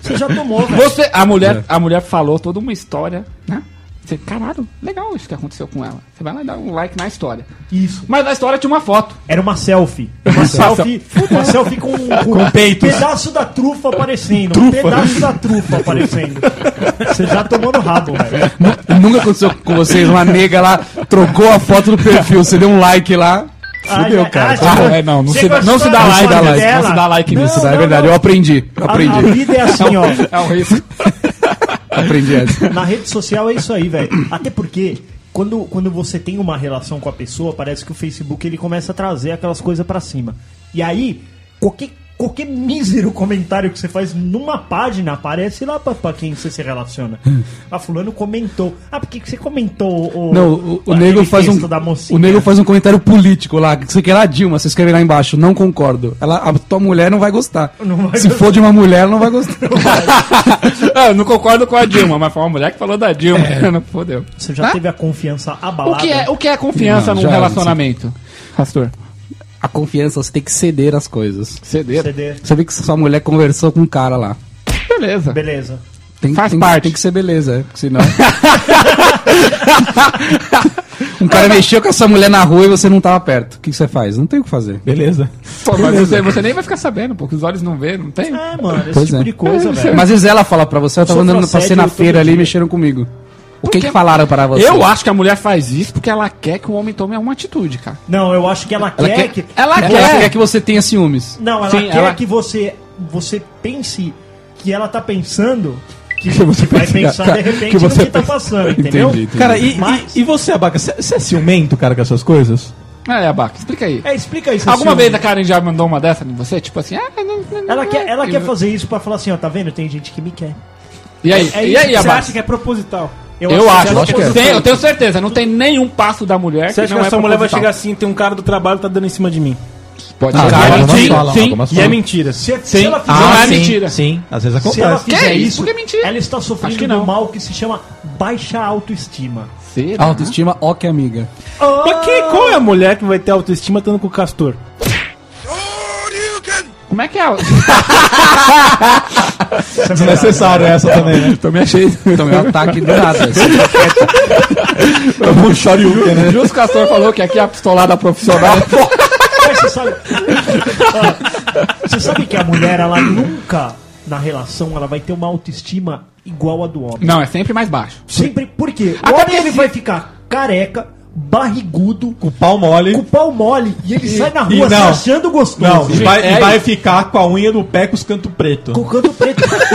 você já tomou, velho.
Você, a, mulher,
É.
a mulher falou toda uma história, né? Você, caralho, legal isso que aconteceu com ela. Você vai lá dar um like na história.
Isso.
Mas na história tinha uma foto.
Era uma selfie. Uma selfie, uma selfie com,
Com peitos.
um pedaço da trufa aparecendo. Um
Trufa.
pedaço da trufa aparecendo. Você já tomou no rabo, velho.
Nu- Nunca aconteceu com vocês, uma nega lá trocou a foto do perfil, você deu um like lá. Fudeu,
já-
cara.
ah, já-
é, não, não
você
se, dá- não
gostou
se dá
da
like,
foto
dá like,
dela?
não se dá like
Não,
nisso,
não,
é verdade.
não.
Eu aprendi,
A-
aprendi.
A, vida é assim, ó.
É um risco. aprendi é. essa.
Na rede social é isso aí, velho. Até porque quando, quando você tem uma relação com a pessoa, parece que o Facebook ele começa a trazer aquelas coisas pra cima. E aí, qualquer, qualquer mísero comentário que você faz numa página aparece lá pra, pra quem você se relaciona. Ah, fulano comentou. Ah, por que que você comentou o,
Não, o, o
aquele
nego faz um
texto da mocinha?
o nego faz um comentário político lá, que você quer lá Dilma, você escreve lá embaixo, não concordo. Ela a tua mulher não vai gostar.
Não vai
Se
gostar.
for de uma mulher, ela não vai gostar.
Ah, eu não concordo com a Dilma, mas foi uma mulher que falou da Dilma.
É.
não fodeu.
Você já
Hã?
teve a confiança abalada?
O que é, o que é confiança
Não,
num
já-
relacionamento? Pastor.
A confiança, você tem que ceder as coisas.
Ceder.
Ceder.
Você vê que sua mulher conversou com um cara lá.
Beleza.
Beleza.
Tem, Faz tem, parte. Tem que ser beleza, é, porque senão. um cara mexeu com essa mulher na rua e você não tava perto. O que que você faz? Não tem o que fazer.
É
Beleza.
Pô, mas você, você nem vai ficar sabendo, porque os olhos não vê, não tem?
É, mano, esse
Pois
tipo
é.
de coisa, velho.
Mas às vezes ela fala pra você, eu tava
Sofro
andando, passei na
assédio
feira
todo
ali e
dia.
mexeram comigo. O que que falaram pra você?
Eu acho que a mulher faz isso porque ela quer que o homem tome alguma atitude, cara.
Não, eu acho que ela,
Ela
quer,
quer-
que. é.
Ela
Ela
quer.
quer que você tenha ciúmes.
Não, ela
Sim,
quer
ela-
que você, você pense que ela tá pensando que, você vai pensar de repente
que você
no que tá passando, entendeu?
Entendi, entendi.
Cara, e,
Mas-
e, e você, Abaca, você é ciumento, cara, com essas coisas?
É, Abaca, explica aí.
É, explica isso.
Alguma
assim,
vez né? a Karen já mandou uma dessa em você? Tipo assim, ah, não, não, não,
Ela quer, ela
Eu-
quer fazer isso pra falar assim, ó, tá vendo? Tem gente que me quer.
E aí,
É
e
isso
aí,
que você
Abaca?
Acho que é proposital.
Eu acho,
lógico
eu
que é.
tenho- eu tenho certeza, não tem nenhum passo da mulher
Você acha
não é
que essa mulher vai chegar
proposital.
assim, tem um cara do trabalho tá dando em cima de mim?
Pode
Ah,
ser.
cara,
Cara,
algumas
sim,
falam,
sim.
algumas
E é mentira.
Se, se
Sim.
ela fizer,
Ah,
se
é mentira.
Sim, às vezes
ela
acontece.
Que
fizer
é isso?
isso,
Porque é mentira.
ela está
Acho que
sofrendo
não.
do mal que se chama baixa autoestima.
Será?
Autoestima, ok, amiga.
Oh.
Mas que, qual é a mulher que vai ter autoestima estando com o castor?
Como é que é?
é
Desnecessário é essa também, né?
Também achei. Também é um ataque do nada.
Tomou um shoryuken, né?
Justo Castor falou que aqui é a pistolada profissional.
Mas você sabe. Ó, você sabe que a mulher, ela nunca, na relação, ela vai ter uma autoestima igual a do homem.
Não, é sempre mais baixo.
Sempre. Por quê? O
Até
homem
porque
ele
se-
vai ficar careca, barrigudo,
Com o pau mole.
com o pau mole e ele sai na
e
rua se
não.
achando
Não,
gostoso.
e vai,
É
e vai ficar com a unha do pé com os cantos preto.
Com o canto preto. E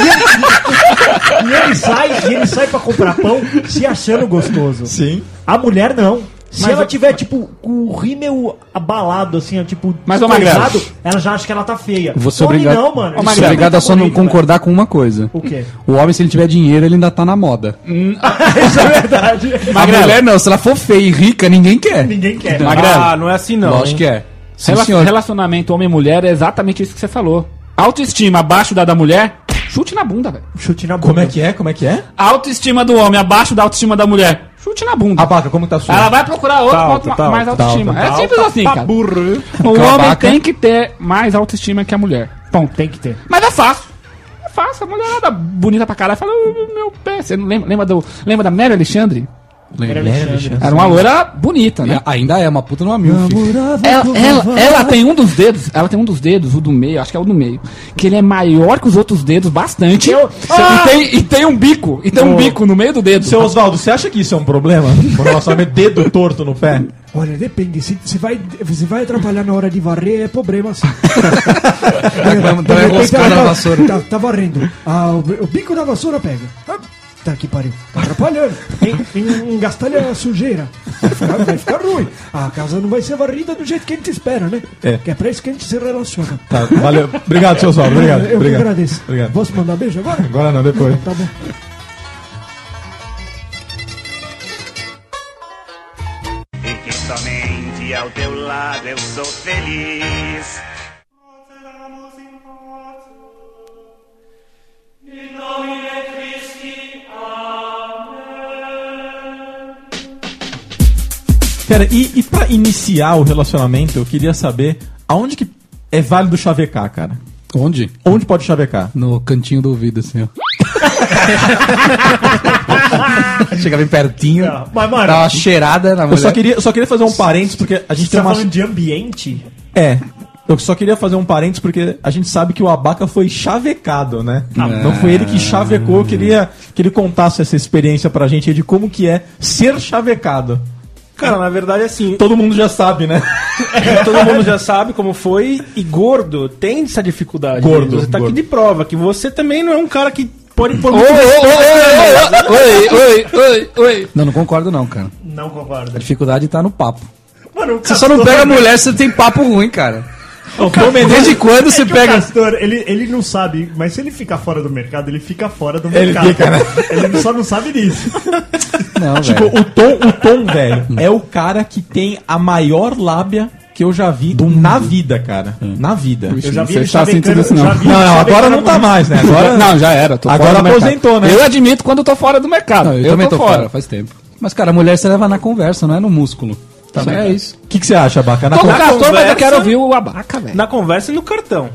ele, e ele sai, e ele sai pra comprar pão se achando gostoso.
Sim.
A mulher não. Se
Mas
ela
eu-
tiver, tipo, com o rímel abalado, assim, ó, tipo,
Mas, ô, Magrelo.
coisado, ela já acha que ela tá feia.
Vou ser
Homem
obrigado,
não, mano.
Vou
Ele
ser
sempre
obrigado
tá
a só não
bonito,
concordar com uma coisa.
velho. O quê?
O homem, se ele tiver dinheiro, ele ainda tá na moda.
Isso é verdade.
A mulher não, se ela for feia e rica, ninguém quer.
Ninguém quer.
Magrelo.
Ah, não é assim não.
Lógico
hein?
que é. Sim,
Rela-
senhor.
relacionamento homem-mulher é exatamente isso que você falou. Autoestima abaixo da da mulher, chute na bunda, velho.
Chute na bunda.
Como é que é? Como é que é?
Autoestima do homem abaixo da autoestima da mulher, chute na bunda.
Abaca, como tá a sua?
Ela vai procurar outro
Tá
com
alta,
ma-
tá
mais
alta, tá
autoestima.
alta,
é simples assim, cara.
burro.
O
Cala a
homem
boca.
tem que ter mais autoestima que a mulher. Ponto.
Tem que ter.
Mas é fácil. É fácil. A mulherada bonita pra caralho fala, "Ô, meu pé. Você não lembra, lembra, do, lembra da Mary Alexandre? Era uma loira bonita, né?
Ainda é, uma puta numa milf.
Ela, ela, ela tem um dos dedos, ela tem um dos dedos, o do meio, acho que é o do meio, que ele é maior que os outros dedos bastante.
Ah!
e, tem, e tem um bico, e tem um bico no meio do dedo.
Seu Oswaldo, você acha que isso é um problema? Por relacionamento dedo torto no pé?
Olha, depende. Se, se, vai, se vai atrapalhar na hora de varrer, é problema sim.
É,
Vai dar uma
De repente
enroscada
ela
na
tá-
vassoura.
Tá, tá varrendo. Ah, o, o bico da vassoura pega. Ah, tá que pariu. Tá atrapalhando. En- en- Engastalha a sujeira. Vai ficar, vai ficar ruim. A casa não vai ser varrida do jeito que a gente espera, né?
É.
Que é pra isso que a gente se relaciona.
Tá, valeu. Obrigado, seu Oswaldo. Obrigado.
Eu
obrigado.
que agradeço.
Obrigado.
Posso mandar beijo agora?
Agora não, depois.
Tá bom.
E que somente ao teu lado eu sou feliz.
Cara, e, e pra iniciar o relacionamento, eu queria saber aonde que é válido chavecar, cara?
Onde?
Onde pode chavecar?
No cantinho do ouvido, assim, ó. Chega bem pertinho.
mas, mano,
dá uma cheirada na
Eu só
mulher.
queria, só queria fazer um parênteses, porque a gente
Você
tem
tá
uma.
falando de ambiente?
É. Eu só queria fazer um parênteses, porque a gente sabe que o Abaca foi chavecado, né? Não foi ele que chavecou, eu queria que ele contasse essa experiência pra gente aí de como que é ser chavecado.
Cara, na verdade, assim, É,
Todo mundo já sabe, né?
todo mundo já sabe como foi. E gordo tem essa dificuldade.
Gordo,
Você tá
gordo.
aqui de prova que você também não é um cara que pode pôr
Oi,
muito-
é oi, oi, oi, oi, oi, oi.
Não, não concordo não, cara.
Não
A
concordo.
dificuldade tá no papo.
Mano, o
Você só não
Castor-
pega mulher se você tem papo ruim, cara. Desde quando você
É que
pega...
O Castor, ele, ele não sabe, mas se ele ficar fora do mercado, ele fica fora do
Ele
mercado.
fica, né?
Ele só não sabe disso.
Não,
Tipo,
velho.
o Tom, o Tom, velho, é o cara que tem a maior lábia que eu já vi na vida, cara. Na vida.
Ixi,
Eu já
não
vi
sei
ele
se tá assim tudo isso,
chavecando-
não.
já vi
Não,
ele
não, agora
chavecando
não tá
muito.
mais, né? Agora,
Não, já era. Tô
Agora
fora do mercado.
aposentou, né?
Eu admito quando eu tô fora do mercado.
Não, eu, também tô fora. faz tempo. Mas, cara, a mulher você leva na conversa, não é no músculo. Tá é isso.
O que, que você acha, Abaca? Na
Tô com o
conversa-
castor, mas eu
conversa-
quero ouvir o abaca, velho.
Na conversa e no cartão.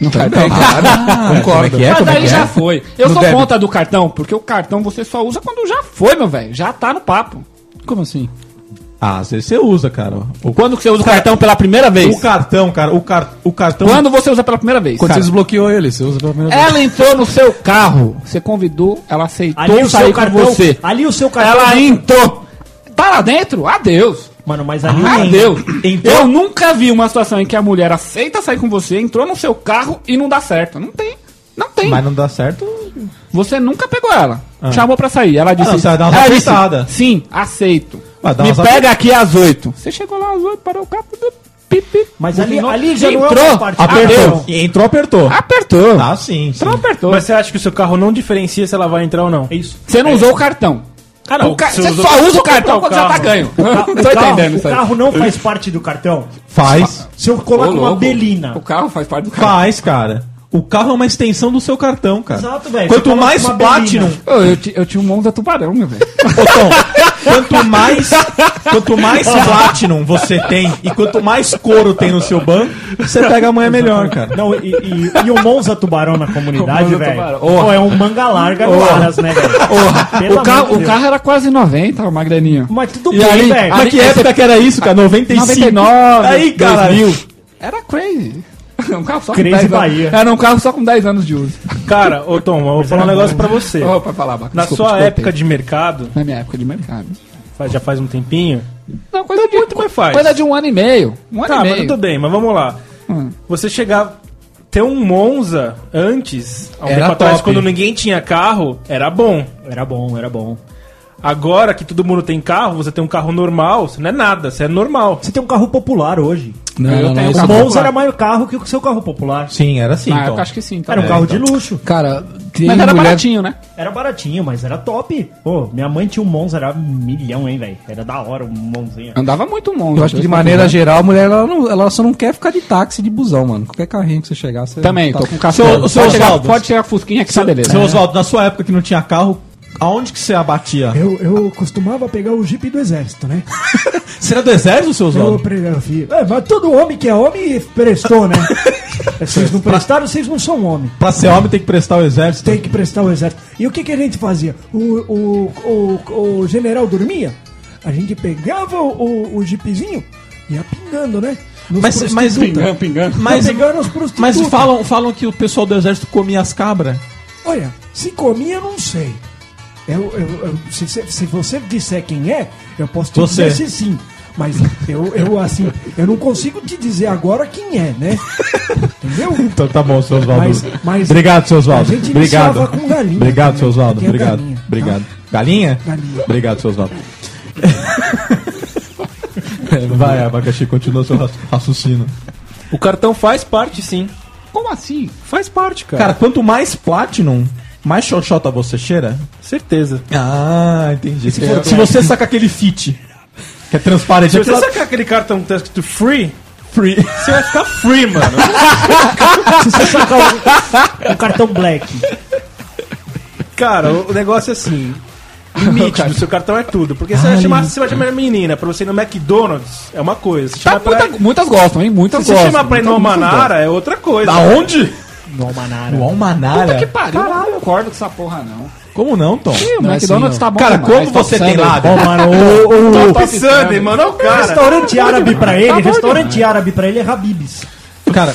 Não tá bem, cara. Concordo.
Mas daí já
foi.
foi. Eu
No
sou
débito.
contra do cartão, porque o cartão você só usa quando já foi, meu velho. Já tá no papo.
Como assim?
Ah, às vezes você usa, cara. O,
Quando que você usa o cartão pela primeira vez?
o cartão, cara, o, car, o cartão.
Quando você usa pela primeira vez?
Quando
Cara,
você desbloqueou ele, você usa pela primeira vez.
Ela entrou no seu carro, você convidou, ela aceitou
Ali o seu
sair com
cartão.
você.
Ali o seu cartão.
Ela entrou. Tá lá dentro? Adeus.
Mano, mas ali.
Adeus.
Entrou.
Ah, Então, Eu nunca vi uma situação em que a mulher aceita sair com você, entrou no seu carro e não dá certo. Não tem. Não tem.
Mas não dá certo.
Você nunca pegou ela. Chamou pra sair. Ela disse.
Ah, não, você vai dar umas
ela
apertadas.
Sim, aceito.
Vai dar
Me
umas
pega aqui às oito. Você chegou lá às oito, parou o carro. tudo, Pip, pip.
Mas ali,
Combinou.
ali já não é
Entrou.
uma parte.
Apertou.
Adeus.
Entrou, apertou.
Apertou.
Ah, sim. sim.
Entrou, apertou.
Mas você acha que o seu carro não diferencia se ela vai entrar ou não?
É isso.
Você não usou o cartão.
Ah,
O ca- Você só usa o cartão quando já tá ganho.
Ca-
Tô
o carro-
entendendo
o
isso aí.
carro não faz parte do cartão.
Faz.
Se eu
Ô,
coloco uma
louco.
belina.
O carro faz parte do carro.
Faz, cara. O carro é uma extensão do seu cartão, cara.
Exato, velho. Você
Quanto
coloca
mais
uma
Platinum,
belina.
Ô, eu, ti- eu tinha um Monza Tubarão, meu velho.
Ô, Tom, quanto mais, quanto mais Platinum você tem e quanto mais couro tem no seu banco, você pega a manhã melhor, cara.
Não, e, e- e o Monza Tubarão na comunidade,
Monza
velho?
Tubarão.
Pô, é um manga larga no Aras, né, velho?
O, carro- o carro era quase 90, uma graninha.
Mas tudo
E
bem,
aí,
velho.
mas que
Aí,
época que era isso, cara? 95.
99,
aí, cara.
2000. Era crazy. Era Um carro só
Crazy
anos.
Bahia.
Era um carro só com 10 anos de uso.
Cara, ô Tom, eu vou falar um negócio pra você.
Ô, pra falar, Baca,
Na
desculpa,
sua
te cortei.
época de mercado,
Na minha época de mercado.
faz- já faz um tempinho.
Não, coisa de,
muito, mas faz.
Coisa de um ano e meio. Um ano
Tá,
e
mas
meio.
tudo bem, mas vamos lá.
Hum.
Você chegar. Ter um Monza antes, há um
Era
tempo atrás,
top.
quando ninguém tinha carro, era bom.
Era bom, era bom.
Agora que todo mundo tem carro, você tem um carro normal, você não é nada, você é normal.
Você tem um carro popular hoje.
Não,
Eu
não,
tenho
não,
O
isso
Monza
não.
era maior carro que o seu carro popular.
Sim, era assim,
Na
Tom.
época, acho que sim. tá
Era um
bom.
carro de luxo.
Cara, tem
Mas era
mulher...
baratinho, né?
Era baratinho, mas era top. Pô, minha mãe tinha um Monza, era um milhão, hein, velho? Era da hora o Monzinho.
Andava muito Monza.
Eu acho que de maneira geral, a mulher ela, não- ela só não quer ficar de táxi, de busão, mano. Qualquer carrinho que você chegar, você.
Também,
tá...
tô com cachorro.
Seu- seu
pode, chegar,
Oswaldo.
pode chegar a fusquinha que tá beleza.
Seu Oswaldo, na sua época que não tinha carro, Aonde que você abatia?
Eu, eu costumava pegar o jipe do exército, né?
Será do exército, seu
Eu,
Oswaldo?
pre- eu fi- é, mas todo homem que é homem prestou, né? vocês não prestaram, vocês não são homem.
Pra ser homem tem que prestar o exército?
Tem que prestar o exército. E o que, que a gente fazia? O, o, o, o general dormia, a gente pegava o, o, o jipezinho e ia pingando, né? Nos
Mas, mas,
prostitutas.
mas,
Ia pegando os prostitutas.
mas falam, falam que o pessoal do exército comia as cabras.
Olha, se comia, eu não sei. Eu, eu- eu- se, se- se você disser quem é, eu posso te
Você.
dizer se sim. Mas eu, eu, assim, eu não consigo te dizer agora quem é, né? Entendeu?
Então tá bom, seu Oswaldo.
Mas- mas-
Obrigado, seu Oswaldo.
A gente
Obrigado.
iniciava com galinha
Obrigado,
também.
seu Oswaldo.
Tem a
Obrigado.
galinha, tá?
Obrigado. Galinha?
Galinha.
Obrigado, seu Oswaldo. Vai, abacaxi, continua seu raci- raciocínio.
O cartão faz parte, sim.
Como assim?
Faz parte, cara.
Cara, quanto mais Platinum, mais xoxota você cheira?
certeza.
Ah, entendi. Se,
for
for- se
Platinum.
você saca aquele fit, que é transparente,
Se você
aquela-
sacar aquele cartão que tá escrito free,
free.
você vai ficar free, mano.
Se você sacar o, o cartão black.
Cara, o negócio é assim. Limite do seu cartão é tudo. Porque
Ah,
você, vai chamar, você vai chamar a menina pra você ir no McDonald's, é uma coisa.
Tá
Se, chamar pra,
Muitas gostam, hein? Muitas
se você
gostam.
chamar pra ir no
muitas
Manara, é outra coisa.
Aonde?
No Almanara.
No
gostam. Puta
Almanara?
que pariu, eu não concordo com essa porra, não.
Como não, Tom?
o McDonald's tá bom
Cara,
demais,
como
tá
você
sendo
tem lábio?
Top Sunday, mano, olha o cara.
Restaurante árabe pra
Tá
ele,
bom
restaurante árabe pra ele é Habibs.
Cara,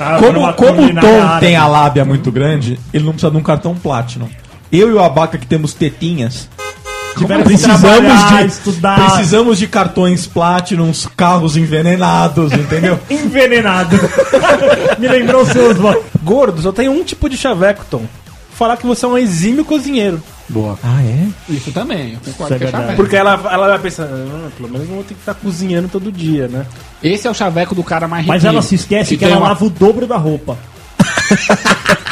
Ah,
como,
numa
como o
culinária
Tom
árabe.
tem a lábia muito grande, ele não precisa de um cartão Platinum. Eu e o Abaca que temos tetinhas,
Tiveram que
precisamos
trabalhar,
de,
Ah.
estudar.
precisamos de cartões Platinums, carros envenenados, entendeu?
Envenenado. Me lembrou o seu Oswaldo.
Gordo, só tem um tipo de chaveco, Tom. Falar que você é um exímio cozinheiro.
ah, é?
Isso também, eu concordo
Isso é
com a
verdade.
Chaveco.
Porque ela, ela vai pensar, "Ah, pelo menos não vou ter que estar cozinhando todo dia, né?
Esse é o chaveco do cara mais
Mas
riquinho,
ela se esquece que,
tem
ela é
uma-
lava o dobro da roupa.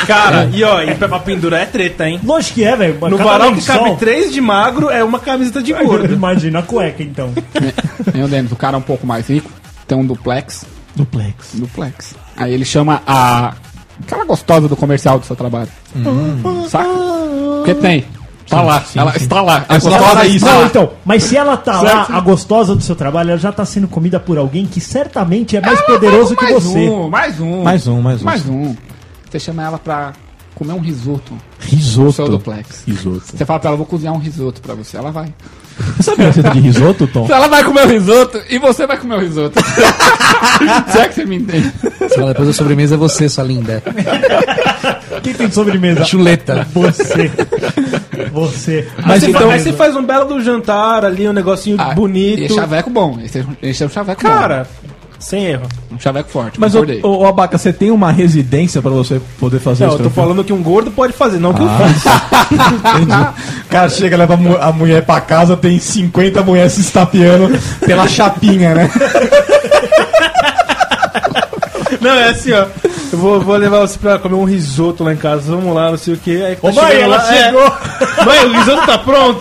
Cara, e ó, e pra, pra pendurar é treta, hein?
Lógico que é, velho.
No
Cada
varal
lençol-
um que cabe três de magro é uma camiseta de gordo.
Imagina a cueca, então.
Eu lembro, o cara é um pouco mais rico, tem um duplex.
Duplex.
Duplex. Aí ele chama a. Aquela gostosa do comercial do seu trabalho.
Hum.
Saca? Porque tem. Tá lá. ela está lá. A
só
gostosa né?
fala
está
isso,
lá.
Não, então, mas se ela tá lá, a gostosa do seu trabalho, ela já tá sendo comida por alguém que certamente é mais poderoso que
mais
você.
Um, mais um.
Mais um, mais um.
Mais um. Você chama ela pra comer um risoto. O seu
Risoto.
duplex.
Risoto.
Você fala pra ela, vou cozinhar um risoto pra você. Ela vai.
Você sabe a receita de risoto, Tom?
Ela vai comer o risoto e você vai comer o risoto. Será que você me entende?
Você fala, depois da sobremesa é você, sua linda.
Quem tem sobremesa?
Chuleta.
Você. Você.
Mas
Você
então
faz-
aí você faz um belo do jantar ali, um negocinho
Ah, E é
bonito.
chaveco bom. Esse é, esse é um chaveco
Cara, sem erro.
bom. Um chaveco forte.
Mas, ô,
concordei.
ô, ô, Abaca, você tem uma residência pra você poder fazer
Não,
isso? Ah.
eu tô falando que um gordo pode fazer, não que eu faço.
O cara chega, leva a mu- a mulher pra casa, tem 50 mulheres se estapeando pela chapinha, né?
Não, é assim, ó. Eu vou, vou levar você pra comer um risoto lá em casa, vamos lá, não sei o que. Aí, tá
Ô, mãe,
chegando
ela
lá, é.
chegou.
Mãe, o risoto tá pronto?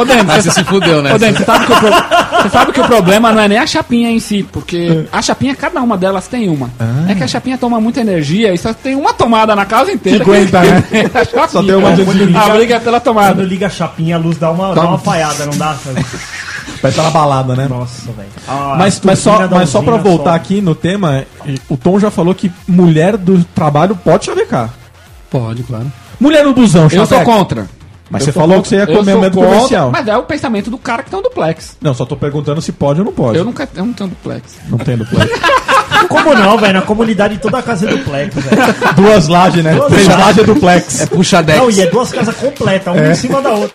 Ô, Dani,
Aí você se fudeu, né?
Ô, Dani, você sabe, que o pro- você sabe que o problema não é nem a chapinha em si, porque a chapinha, cada uma delas tem uma.
Ah.
É que a chapinha toma muita energia e só tem uma tomada na casa inteira. Que aguenta, né?
Só tem uma de
A briga é pela
Quando
tomada.
liga a chapinha, a luz dá uma, dá
Tá.
uma falhada, não dá? sabe?
Vai estar na balada, né?
Nossa, velho. Ah,
Mas, mas, só,
turbina da
mas só pra
usina
voltar
só.
aqui no tema, o Tom já falou que mulher do trabalho pode chavecar.
Pode, claro.
Mulher no busão,
Eu sou
chaveca.
contra.
Mas
Eu
você
sou
falou
contra.
que você ia
Eu
comer
sou
medo
contra,
comercial.
Mas é o pensamento do cara que tem um duplex.
Não, só tô perguntando se pode ou não pode.
Eu nunca eu não tenho duplex.
Não tem duplex.
Como não, velho? Na comunidade toda a casa é duplex, velho.
Duas lajes, né?
Duas
Três
lajes.
lajes é duplex.
Puxa
Não, e
10.
é duas casas completas,
É.
uma em cima da outra.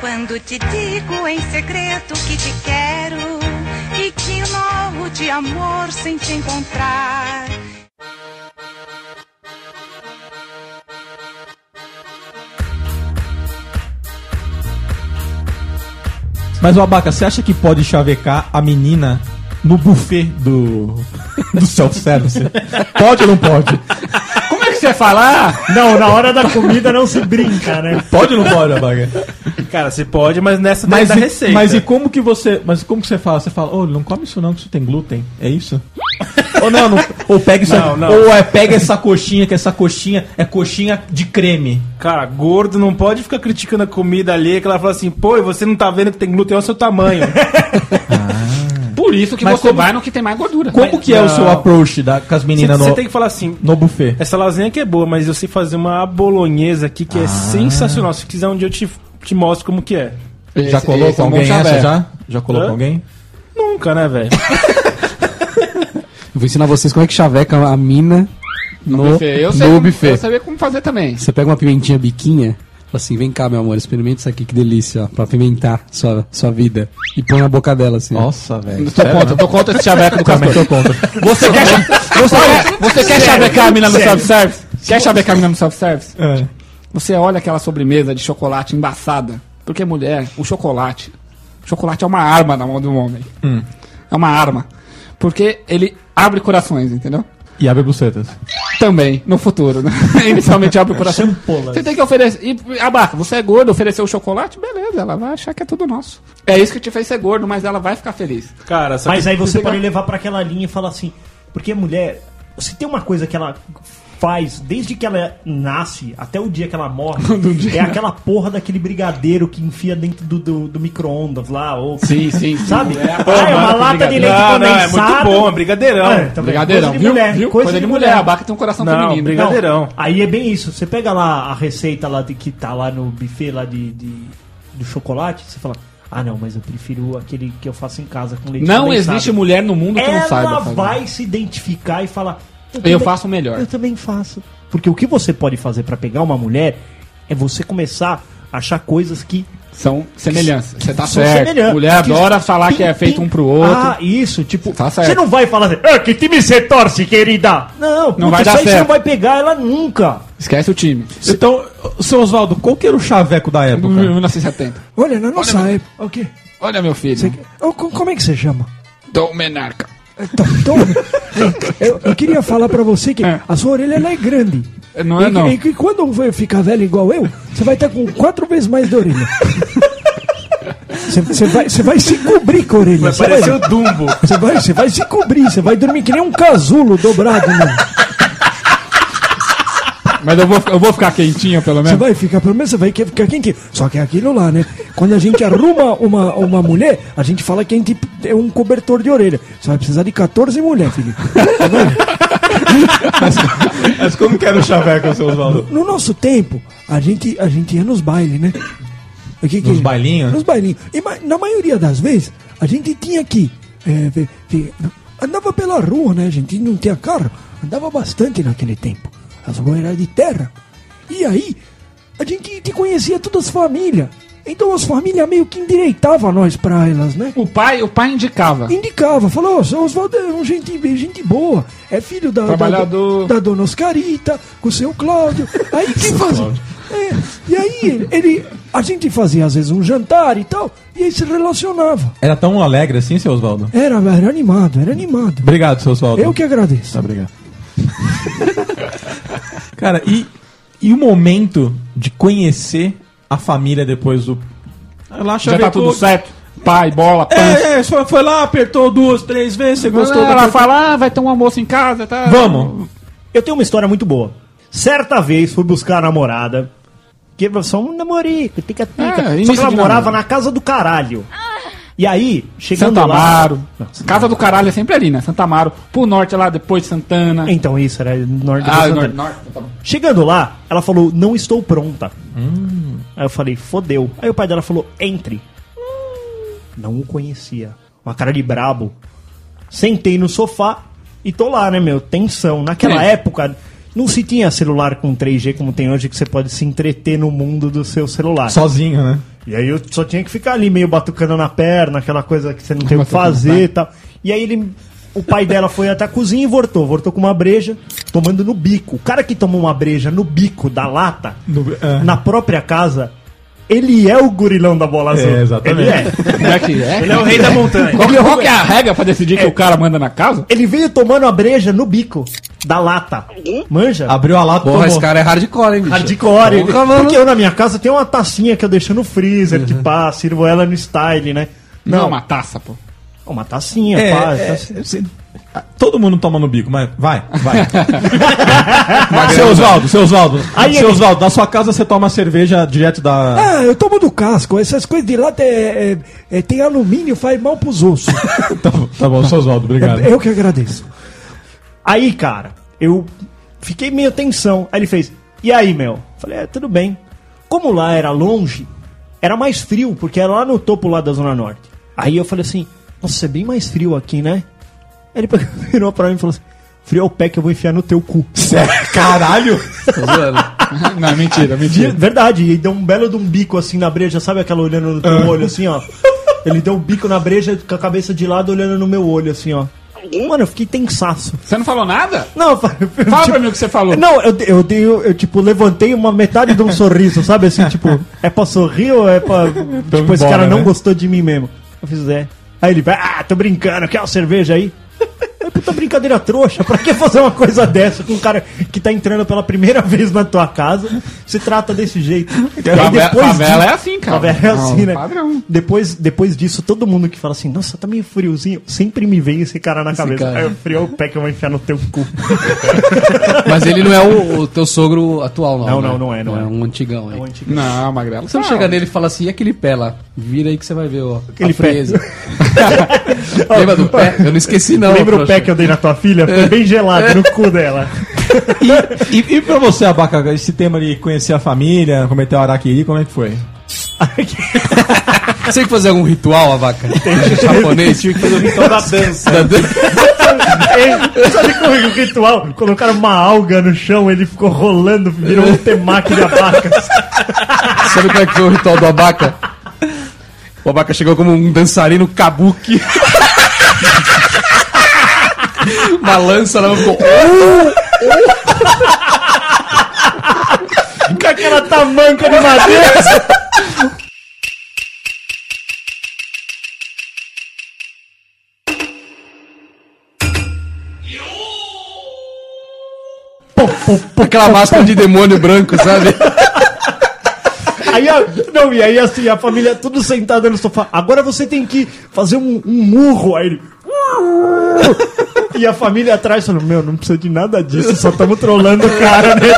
Quando te digo em segredo que te quero e que morro de amor sem te encontrar.
Mas, o Abaca, você acha que pode chavecar a menina no buffet do, do self-service? pode ou não pode?
Como é que você fala? Ah,
Não, na hora da comida não se brinca, né?
Pode ou não pode, Abaca?
Cara, você pode, mas nessa daí
Mas,
da
e,
receita.
mas e como que você. Mas como que você fala? Você fala, ô, não come isso não, que isso tem glúten. É isso? Ou não, não- ou pega isso
Não, não.
Ou é, pega essa coxinha, que essa coxinha é coxinha de creme.
Cara, gordo não pode ficar criticando a comida ali, que ela fala assim, pô, e você não tá vendo que tem glúten, olha o seu tamanho.
Por isso que
Mas
você
como-
vai no que tem mais gordura.
Como que é o seu approach da, com as meninas
Você
no,
tem que falar assim,
no buffet?
essa lasanha aqui é boa, mas eu sei fazer uma bolonhesa aqui
Ah.
que é sensacional. Se quiser um dia eu te, te mostro como que é.
já colocou
esse é um
alguém
bom chabé.
essa já? Já colocou
Hã?
alguém?
Nunca, né, velho?
Eu vou ensinar vocês como é que chaveca a mina no,
buffet. Eu,
no
sei como-
buffet.
eu sabia como fazer também.
Você pega uma pimentinha biquinha, fala assim, vem cá, meu amor, experimenta isso aqui, que delícia, ó, pra apimentar sua, sua vida. E põe na boca dela, assim.
Nossa, velho.
Tô contra, tô contra esse chaveco do
Também
Castor.
tô contra.
Você quer, você quer, você quer chavecar a mina no self-service? Quer chavecar a mina no self-service?
É.
Você olha aquela sobremesa de chocolate embaçada. Porque mulher, o chocolate. O chocolate é uma arma na mão do homem.
Hum.
É uma arma. Porque ele abre corações, entendeu?
E abre bucetas.
Também, no futuro, né? Inicialmente
É,
abre o coração. Você tem que oferecer. E abaca, você é gordo, ofereceu o chocolate, beleza, ela vai achar que é tudo nosso. É isso que te fez ser gordo, mas ela vai ficar feliz.
Cara,
sabe-
Mas aí você
Você
pode
vai-
levar pra aquela linha e falar assim, porque mulher, se tem uma coisa que ela faz desde que ela nasce até o dia que ela morre, é aquela porra daquele brigadeiro que enfia dentro do, do, do micro-ondas lá, ou...
Sim, sim, sim.
Sabe?
É,
ah, é uma
mano,
lata de
brigadeiro.
leite
Não, não, é
condensado.
muito bom, é brigadeirão.
Ah, também,
Brigadeirão,
coisa de
viu?
mulher,
Viu?
Coisa,
Coisa
de
de
mulher.
mulher, a Baca tem um coração feminino.
brigadeirão.
Não, aí é bem isso. Você pega lá a receita lá de, que tá lá no buffet lá de, de- do chocolate, você fala, ah não, mas eu prefiro aquele que eu faço em casa com leite
Não
condensado."
existe mulher no mundo que
Ela
não saiba. fazer.
vai se identificar e falar,
Eu faço melhor."
Eu também faço. Porque o que você pode fazer pra pegar uma mulher é você começar a achar coisas que
São semelhanças. Você tá
são
certo.
semelhantes.
Mulher
Que-
adora falar
tem-
que é feito
tem-
um pro outro.
Ah, isso, tipo,
Tá certo.
você não vai falar assim, "Ah, que time você torce, querida? Não, puta,
vai dar
isso aí você
certo.
não vai pegar ela nunca.
Esquece o time.
Então, seu Oswaldo, qual que era o chaveco da época?
1970.
Olha, na nossa época. O quê?
Olha, meu filho.
Ô, co- como é que você chama?
Dom Menarca.
Então, então, eu, eu queria falar pra você que a sua orelha ela é grande.
Não é,
e,
não.
E que quando eu ficar velho igual eu, você vai estar com quatro vezes mais de orelha. Você- Você vai, você vai se cobrir com a orelha.
Vai
você
parecer o Dumbo.
Você vai, você vai se cobrir, você vai dormir que nem um casulo dobrado, mano.
Mas eu vou, eu vou ficar quentinho, pelo
Você
menos.
vai ficar, pelo menos você vai ficar quentinho. Só que é aquilo lá, né? Quando a gente arruma uma, uma mulher, a gente fala que a gente é um cobertor de orelha. Você vai precisar de 14 mulheres, Felipe.
Mas como que era o chaveco, seu Oswaldo?
No nosso tempo, a gente, a gente ia nos bailes, né? O que que-
Nos bailinhos?
Nos bailinhos. E ma- na maioria das vezes, a gente tinha que. é, ver- ver- andava pela rua, né? A gente não tinha carro. Andava bastante naquele tempo. As ruas eram de terra. E aí, a gente, te conhecia todas as famílias. Então as famílias meio que endireitavam nós pra elas, né?
O pai, o pai indicava.
Indicava, falou, "Ó, o Oswaldo é um gente, gente boa, é filho da,
Trabalhador.
da, da dona Oscarita, com o seu Cláudio. Aí quem fazia? É, e aí ele, a gente fazia às vezes um jantar e tal, e aí se relacionava.
Era tão alegre assim, seu Oswaldo?
Era, era animado, era animado.
Obrigado, seu Oswaldo.
Eu que agradeço.
Tá, obrigado. Cara, e, e o momento de conhecer a família depois do. Lá
Já tá tudo certo. Pai, bola, pança.
É, é, só foi lá, apertou duas, três vezes, você gostou
ela
da
fala, ah, vai ter um almoço em casa, tá?
Vamos!
Eu tenho uma história muito boa. Certa vez fui buscar a namorada. Que era só um namorico,
É,
tica-tica. Só
início
que ela
de
morava
namoro.
na casa do caralho. E aí, chegando
Santa
lá.
Amaro. Casa do caralho é sempre ali, né? Santa Amaro. Pro norte lá, depois Santana.
Então isso, era norte
Ah,
da
norte,
Santa.
norte. tá bom.
Chegando lá, ela falou, não estou pronta. Aí eu falei, fodeu. Aí o pai dela falou, entre. Não o conhecia. Uma cara de brabo. Sentei no sofá e tô lá, né, meu? Tensão. Naquela
Sim.
época, não se tinha celular com 3G como tem hoje, que você pode se entreter no mundo do seu celular.
Sozinho, né?
E aí eu só tinha que ficar ali meio batucando na perna, aquela coisa que você não tem o que
Batucando,
fazer e tal. E aí ele. O pai dela foi até a cozinha e voltou. Voltou com uma breja, tomando no bico. O cara que tomou uma breja no bico da lata, na própria casa, ele é o gorilão da bola azul.
exatamente.
Ele é.
Como é que é?
Ele é o rei da montanha.
Qual que, qual que é a regra pra decidir que o cara manda na casa?
Ele veio tomando a breja no bico da lata. Manja?
Abriu a lata
Porra, esse cara é hardcore, hein, bicho?
Hardcore. ele-
Porra, mano.
Porque eu na minha casa tenho uma tacinha que eu deixo no freezer, que pá, sirvo ela no style, né?
Uhum. Não, uma taça, pô.
Uma tacinha,
É,
pá.
é,
tacinha.
você- ah, Todo mundo toma no bico, mas vai, vai. vai seu Oswaldo, seu Oswaldo.
Aí
Seu
ele-
Oswaldo, na sua casa você toma cerveja direto da.
Ah, eu tomo do casco. Essas coisas de lata é, é- é- tem alumínio, faz mal pros ossos.
Tá bom, seu Oswaldo, obrigado.
Eu que agradeço.
Aí, cara, eu fiquei meio tensão. Aí ele fez, e aí, Mel? Falei, é, tudo bem. Como lá era longe, era mais frio, porque era lá no topo lá da Zona Norte. Aí eu falei assim, nossa, é bem mais frio aqui, né? Aí ele pegou- virou pra mim e falou assim, frio é o pé que eu vou enfiar no teu cu.
Sério? Caralho!
é, Não, mentira, mentira. Verdade, e deu um belo de um bico assim na breja, sabe aquela olhando no teu olho assim, ó? Ele deu um bico na breja com a cabeça de lado olhando no meu olho assim, ó. Mano, eu fiquei tensaço.
Você não falou nada?
Não, eu falei.
Fala pra mim o que você falou.
Não, eu, eu, dei- eu, tipo, levantei uma metade de um sorriso, sabe? Assim, tipo, é pra sorrir ou é pra.
Então
tipo, esse
embora,
cara não
né?
gostou de mim mesmo. Eu fiz, é. Aí ele, ah, tô brincando, quer uma cerveja aí? É puta brincadeira trouxa, pra que fazer uma coisa dessa com um cara que tá entrando pela primeira vez na tua casa? Se trata desse jeito.
Então, Favela- favela
disso-
é assim, cara.
Favela é assim,
Não,
né? Depois, depois disso, todo mundo que fala assim, nossa, tá meio friozinho, sempre me vem esse cara na
Esse
cabeça.
cara.
Aí eu frio é o pé que eu vou enfiar no teu cu.
Mas ele não é o, o teu sogro atual, não.
Não,
né?
não, não é, não é.
um antigão, é.
Não, Magrelo.
Você não chega nele e fala assim, e aquele pé lá? Vira aí que você vai ver, ó.
Aquele
a frieza. Lembra do pé? Eu não esqueci, não.
Lembra o
trouxa.
pé
É.
que eu dei na tua filha? Foi bem gelado no cu dela.
E, e pra você, Abaca, esse tema de conhecer a família, cometer o araquiri, como é que foi?
Você tem que fazer algum ritual, Abaca? Japonês?
Tinha que fazer o ritual da dança. Ei, Sabe como é que o ritual? Colocaram uma alga no chão, ele ficou rolando, virou um temaki de abacas.
Sabe como é que foi o ritual do Abaca? O Abaca chegou como um dançarino kabuki. Uma lança na mão ficou.
Com aquela tamanca de madeira.
Aquela máscara de demônio branco, sabe?
Aí, a- não, e aí assim, a família tudo sentada no sofá. Agora você tem que fazer um, um murro. Aí ele. E a família atrás falando: Meu, não precisa de nada disso, só estamos trollando o cara, né?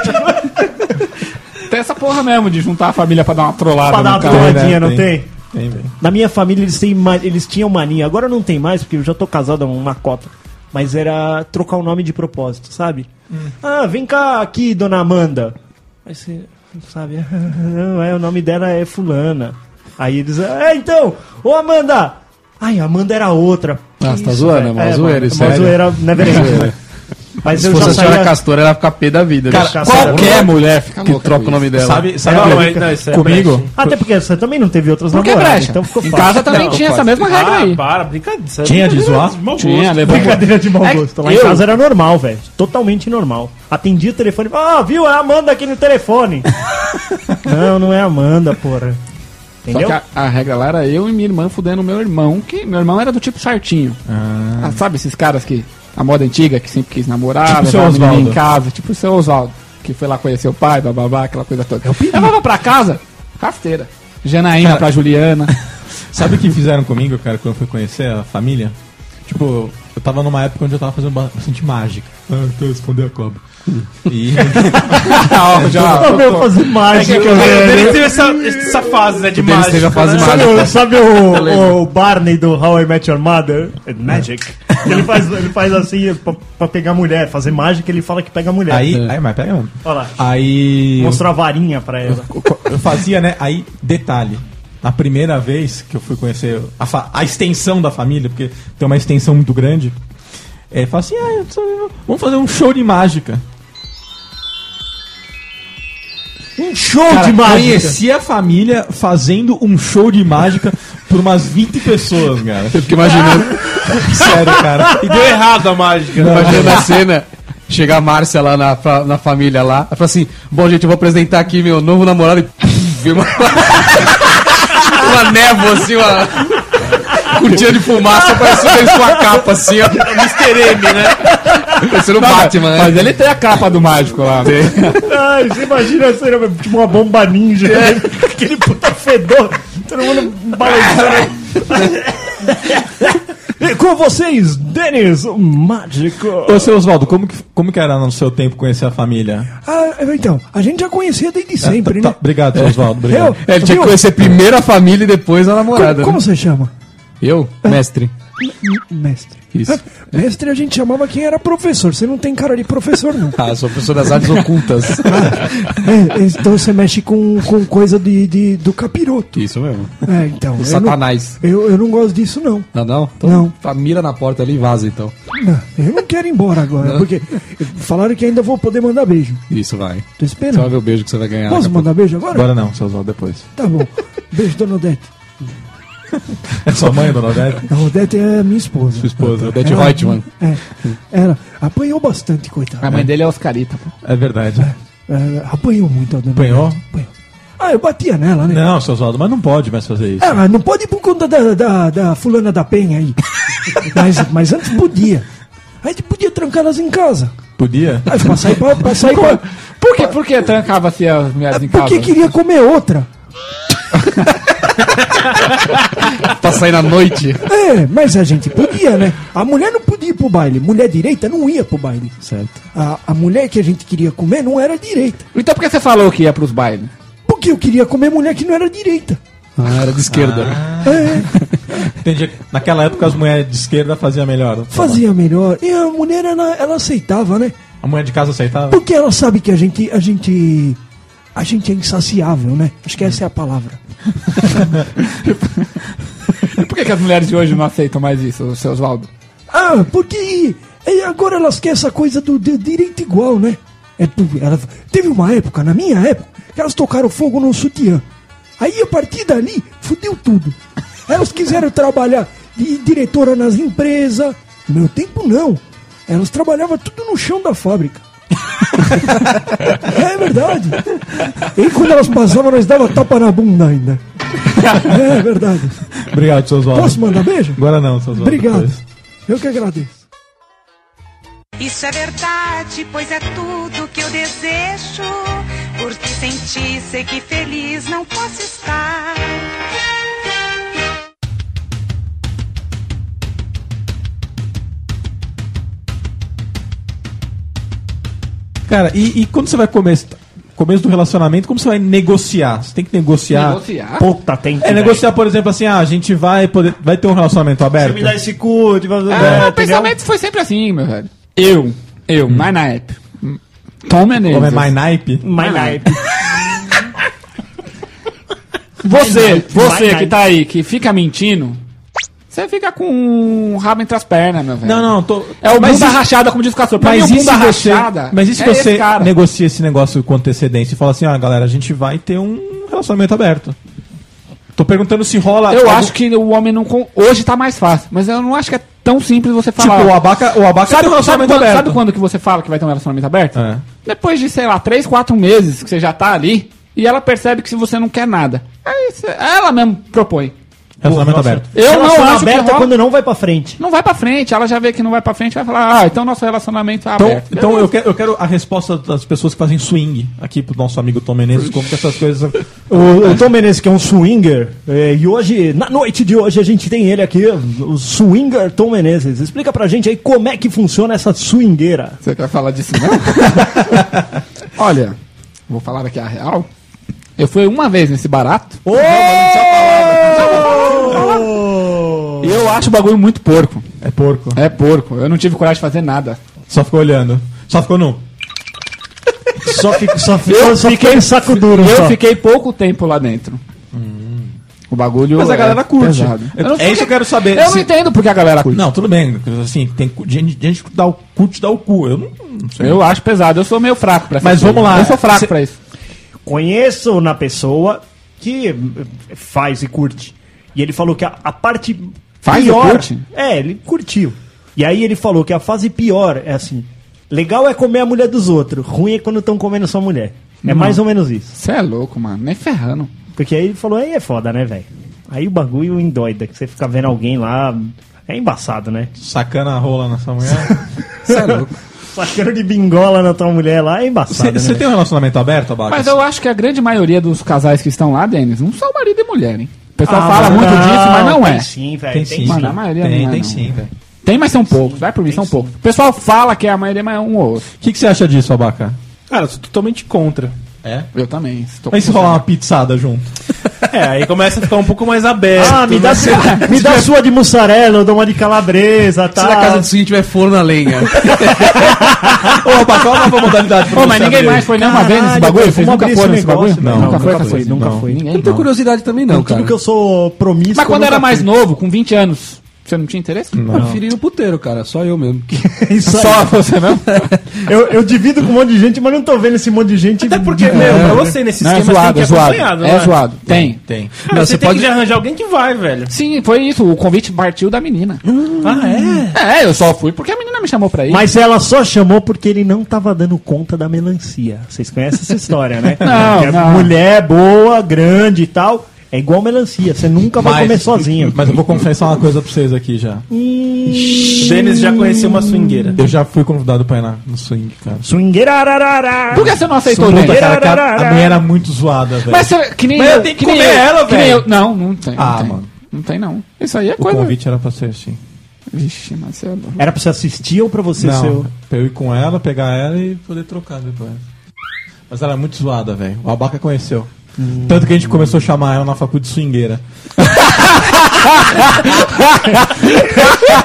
Tem essa porra mesmo de juntar a família pra dar uma trollada.
Pra dar uma
no cara,
trolladinha,
né?
não tem?
Tem, velho.
Na minha família eles, têm ma- eles tinham mania, agora não tem mais, porque eu já tô casado há uma cota. Mas era trocar o nome de propósito, sabe?
Hum.
Ah, vem cá aqui, dona Amanda. Aí você, sabe, não, é, o nome dela é Fulana. Aí eles, ah, então, ô Amanda! Ai, a Amanda era outra.
Ah,
Que
você tá
isso,
zoando?
velho?
É uma
É,
zoeira,
uma
isso aí.
zoeira, não é verdade.
Zoeira.
Mas
Se
eu
fosse
já
a senhora
saía-
Castora, ela fica pé da vida.
Cara,
bicho.
qualquer
mulher fica que troca o nome dela.
Sabe- sabe- Não, mas- não, isso é brecha, hein?
Até porque você também não teve outras
Porque é
namoradas,
brecha.
então ficou
Em
fácil.
casa também
Não,
tinha
não
essa
pode. Ah,
mesma regra aí.
Para, brincadeira.
Tinha de zoar?
Tinha, levou.
Brincadeira de mau
É que
gosto. Lá em
eu-
casa era normal, velho. Totalmente normal. Atendia o telefone. Ah, viu? É a Amanda aqui no telefone. não, não é a Amanda, porra.
Só
Entendeu?
que a, a regra lá era eu e minha irmã fudendo meu irmão, que meu irmão era do tipo certinho. Ah, sabe esses caras que. A moda antiga, que sempre quis namorar,
Tipo o seu
levar a menina
Osvaldo.
em casa, tipo o seu Oswaldo, que foi lá conhecer o pai, bababá, aquela coisa toda. Eu levava pra casa, rasteira. Janaína pra Juliana.
Sabe o que fizeram comigo, cara, quando eu fui conhecer a família? Tipo, eu tava numa época onde eu tava fazendo ba- bastante mágica. Ah, então eu escondi a cobra. E.
Não,
Ah, meu, fazer mágica,
Ele
velho.
teve essa, essa fase, né, de
O Denis teve
mágica.
a fase
né?
Sabe, o, sabe
Eu lembro.
o, o Barney do How I Met Your Mother? É Magic. Ele faz, ele faz assim pra, pra pegar mulher, fazer mágica, ele fala que pega mulher.
Aí, aí, mas pega mesmo.
Olha lá.
Aí.
Mostrou a varinha pra ela.
Eu fazia, né? Aí, detalhe. Na primeira vez que eu fui conhecer a, fa- a extensão da família, porque tem uma extensão muito grande, é, fala assim: ah, eu tô- vamos fazer um show de mágica.
Um show
Cara,
de mágica!
Conheci a família fazendo um show de mágica por umas 20 pessoas, cara.
Eu fico imaginando,
Sério, cara.
E deu errado a mágica.
né?
imaginando a cena. Chega a Márcia lá na, fa- na família lá. Ela fala assim: Bom, gente, eu vou apresentar aqui meu novo namorado. E vem uma, uma névoa assim, uma. Cortina de fumaça parecendo ele com a capa assim, ó.
Mr. M, né?
Parecendo o Batman, né?
Mas ele tem a capa do mágico lá.
Ai, você imagina ser tipo uma bomba ninja.
É.
né? Aquele puta fedor. Todo mundo balançando. E com vocês, Denis, o mágico.
Ô, seu Oswaldo, como que, como que era no seu tempo conhecer a família?
Ah, então, a gente já conhecia desde sempre,
É, tá-
né?
tá- obrigado, seu Oswaldo.
Eu-
Obrigado.
Ele É, tinha
Viu?
que conhecer primeiro a família e depois a namorada.
Como, como
né?
você chama?
Eu? Mestre.
Mestre.
Isso.
Ah, Mestre a gente chamava quem era professor. Você não tem cara de professor, não.
Ah, sou professor das artes ocultas.
É, então você mexe com, com coisa de, de- do capiroto.
Isso mesmo.
É, então.
O
eu
satanás.
não- eu, eu não gosto disso, não.
Não, não? Então,
Não.
tá, Mira na porta ali e vaza, então.
Não, eu não quero ir embora agora,
Não.
porque falaram que ainda vou poder mandar beijo.
Isso, vai.
Tô
Você
esperando.
vai ver o beijo que você vai ganhar.
Posso
daqui a
mandar beijo agora?
Agora não, seu Oswaldo, depois.
Tá bom. Beijo, dona Odete.
É sua mãe, dona Odete?
A Odete é minha esposa.
Sua esposa.
Odete
Ela-
Reutemann.
É. Ela apanhou bastante, coitada.
A mãe dele é Oscarita, pô.
É verdade.
Ah.
É, apanhou muito a dona
Apanhou?
Odete. Apanhou. Ah, eu batia nela, né?
Não, seu Oswaldo, mas não pode mais fazer isso.
Ah, mas não pode ir por conta da, da, da fulana da penha aí. mas, mas antes podia. A gente podia trancar elas em casa.
Podia?
Aí pra sair pra, pra sair pra-
Por que, por que trancava-se as mulheres em casa?
Porque queria comer outra.
pouco. Pra sair na noite.
É, mas a gente podia, né? A mulher não podia ir pro baile. Mulher direita não ia pro baile.
Certo.
A, a mulher que a gente queria comer não era direita.
Então por que você falou que ia pros bailes?
Porque eu queria comer mulher que não era direita.
Ah, era de esquerda.
É,
Entendi. Naquela época as mulheres de esquerda faziam melhor.
fazia melhor. E a mulher, ela, ela aceitava, né?
A mulher de casa aceitava?
Porque ela sabe que a gente. A gente. A gente é insaciável, né? Acho que essa é a palavra.
E por que, que as mulheres de hoje não aceitam mais isso, seu Oswaldo?
Ah, porque e agora elas querem essa coisa do, de- direito igual, né? É, tu- ela- teve uma época, na minha época, que elas tocaram fogo no sutiã. Aí a partir dali, fudeu tudo. Elas quiseram trabalhar de diretora nas empresas. No meu tempo não. Elas trabalhavam tudo no chão da fábrica. é verdade. E quando elas passavam, nós dava tapa na bunda ainda. É verdade.
Obrigado, seu Oswaldo.
Posso mandar beijo?
Agora não, seu Oswaldo.
Obrigado.
depois.
Eu que agradeço.
Isso é verdade, pois é tudo que eu desejo. Porque sem ti sei que feliz não posso estar.
Cara, e, e quando você vai começo, começo do relacionamento, como você vai negociar? Você tem que negociar.
Negociar?
Puta, tem que.
É negociar, por exemplo, assim, ah, a gente vai poder, vai ter um relacionamento
Você
aberto.
me dá esse cu,
tipo, é,
de fazer.
Ah, o pensamento foi sempre assim, meu velho. Eu, eu, mais na app. Tom Menezes.
Como é mais naipe?
My life.
Você, você
Vai,
que tá aí, que fica mentindo, você fica com o rabo entre as pernas, meu velho.
Não, não, tô.
É o bunda
isso-
rachada, como diz o Castor. Pra
Mas
mim, o
e se
bunda
você,
rachada
mas e se
é
você
esse cara.
negocia esse negócio com antecedência e fala assim, ó, galera, a gente vai ter um relacionamento aberto. Tô perguntando se rola.
Eu acho que o homem não... con- Hoje tá mais fácil, mas eu não acho que é tão simples você
Tipo,
falar...
o abaca, o abaca
Sabe,
tem um
sabe,
relacionamento
quando,
aberto.
sabe quando que você fala que vai ter um relacionamento aberto?
É.
Depois de, sei lá, 3, 4 meses que você já tá ali e ela percebe que se você não quer nada. Aí você- ela mesmo propõe.
Relacionamento aberto.
Eu não acho que
aberta
rola-
quando não vai pra frente.
Não vai pra frente, ela já vê que não vai pra frente, vai falar, ah, então nosso relacionamento é
Então,
aberto.
então eu, quero, eu quero a resposta das pessoas que fazem swing aqui pro nosso amigo Tom Menezes, como que essas coisas.
O, o Tom Menezes, que é um swinger, é, e hoje, na noite de hoje, a gente tem ele aqui, o swinger Tom Menezes. Explica pra gente aí como é que funciona essa swingueira.
Você quer falar disso não? Olha, vou falar aqui a real. Eu fui uma vez nesse barato. E eu acho o bagulho muito porco.
É porco.
É porco. Eu não tive coragem de fazer nada.
Só ficou olhando. Só ficou nu.
Só, fico, só, fico, só fiquei em saco duro.
Eu
só.
fiquei pouco tempo lá dentro. O bagulho.
Mas a
é
galera curte.
pesado.
É-
Eu não
é isso que eu quero saber.
Eu não
Se-
entendo porque a galera curte.
Não, tudo bem. Assim, tem cu- gente, gente que dá o curte dá o cu. Eu não, não sei.
Eu acho pesado. Eu sou meio fraco pra essas
Mas
coisas.
vamos lá.
Eu sou fraco
Cê-
pra isso.
Conheço na pessoa que eh, faz e curte. E ele falou que a, a parte
Faz e
pior...
curte?
É, ele curtiu. E aí ele falou que a fase pior é assim... Legal é comer a mulher dos outros, ruim é quando estão comendo sua mulher. É
Uhum.
mais ou menos isso.
Você é louco, mano. Nem ferrando.
Porque aí ele falou, aí é foda, né, velho? Aí o bagulho endoida, que você fica vendo alguém lá. É embaçado, né?
Sacana a rola nessa mulher.
Você é louco.
Sacando de bingola na tua mulher lá é embaçado. né,
Você
véi?
tem um relacionamento aberto, Abaca?
Mas eu acho que a grande maioria dos casais que estão lá, Denis, não são marido e mulher, hein? pessoal
Ah, mas
fala muito
não,
disso, mas não
tem
é.
sim, velho, Tem tem sim.
Mano, a maioria
Tem,
não é,
tem
não.
sim, velho.
Tem, mas são poucos. Vai por mim, são poucos. O pessoal fala que é a maioria, mas é um ou outro.
O que, que você acha disso, Abaca?
Cara, eu sou totalmente contra.
É?
Eu também.
Mas se rolar uma pizzada junto.
É, aí começa a ficar um pouco mais aberto.
Ah, me dá,
né?
me dá sua de mussarela, eu dou uma de calabresa,
Se na casa
tá?
do swing tiver forno a lenha.
Ô, Abaca, qual a nova modalidade pra
Ô,
você
mas ninguém
abrir?
mais foi nenhuma vez
Caralho,
nesse bagulho?
vamos
Vocês nunca
abrir
foram
esse
nesse bagulho?
negócio, velho. Nunca foi,
foi,
nunca
não.
foi.
Eu não tenho curiosidade também, não,
Com
cara.
Tudo que eu sou promíscuo.
Mas quando
eu
era
nunca
mais
fui.
novo, com 20 anos, você não tinha interesse?
Eu preferi ir no puteiro, cara. Só eu mesmo.
Isso aí.
Só você mesmo?
Eu, eu divido com um monte de gente, mas não tô vendo esse monte de gente. Até
Porque, meu, pra você nesse
Não, é
esquema você tem
zoado, é
que ir
zoado.
acompanhado,
É
né?
zoado. Tem.
Tem.
Cara,
Não,
você,
você
tem
pode-
que arranjar alguém que vai, velho.
Sim, foi isso. O convite partiu da menina.
Ah,
É, eu só fui porque a menina me chamou pra ir.
Mas ela só chamou porque ele não tava dando conta da melancia. Vocês conhecem essa história, né?
Não,
Que a
não.
Mulher boa, grande e tal. É igual melancia, você nunca vai comer sozinho.
Mas eu vou confessar uma coisa pra vocês aqui já.
Denis já conheceu uma swingueira.
Eu já fui convidado pra ir na- no swing, cara.
Swingueira, ararará.
Por que você não aceitou
Puta,
nem?
cara, que a, a minha era muito zoada, velho.
Mas você, que nem
É. Mas eu tenho que
nem
comer ela,
que nem
velho.
eu- Não, não tem. não
Ah,
tem.
mano.
Não tem, não. Isso aí é
O
coisa.
convite era pra ser assim.
Vixe, mas você é louco.
Era pra você assistir ou pra você
não,
ser o-
pra eu ir com ela, pegar ela e poder trocar depois. Mas ela é muito zoada, velho. O Abaca conheceu.
Hum.
Tanto que a gente começou a chamar ela na faculdade de swingueira.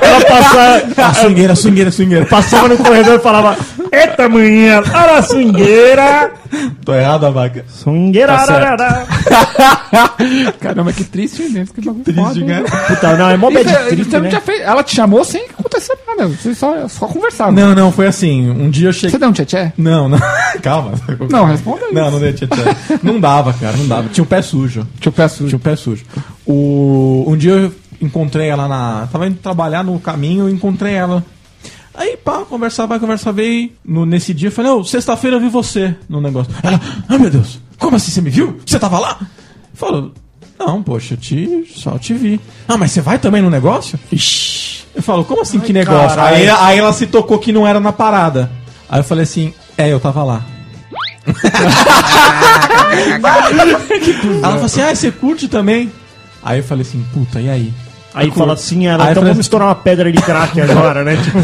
Ela passava,
Ah, swingueira, swingueira, swingueira.
passava no corredor e falava: Eita, manhã, para a swingueira!
Tô errado, Abaca.
Swingueira,
Tá certo.
ararará.
Caramba, que triste mesmo. Que bagulho foda,
Triste,
hein?
né?
Puta, não, é mó
Isso
bad
é-
trip,
você não
né?
tinha feito- Ela te chamou sem acontecer nada. Você só, só conversava.
Não, não, foi assim. Um dia eu
Você
cheguei.
deu um tchê-tchê?
Não, não. Calma.
Não, responda aí.
Não, não deu tchê-tchê. Não dava, cara, não dava. Tinha o pé sujo.
Deixa eu peço.
Tinha o pé sujo. O... Um dia eu encontrei ela na. Tava indo trabalhar no caminho, eu encontrei ela. Aí, pá, conversar, vai, conversar, veio. No, nesse dia eu falei, ô, sexta-feira eu vi você no negócio. Ela, ai meu Deus, como assim você me viu? Você tava lá? Falou, não, poxa, eu te, só te vi. Ah, mas você vai também no negócio? Eu falo, como assim que negócio?
caralho.
Aí, aí ela se tocou que não era na parada. Aí eu falei assim, é, eu tava lá. ela falou assim, ah, você curte também? Aí eu falei assim, puta, e aí?
Aí fala assim, ah,
Aí
então
fala-
vamos estourar uma pedra de crack agora, né? Tipo,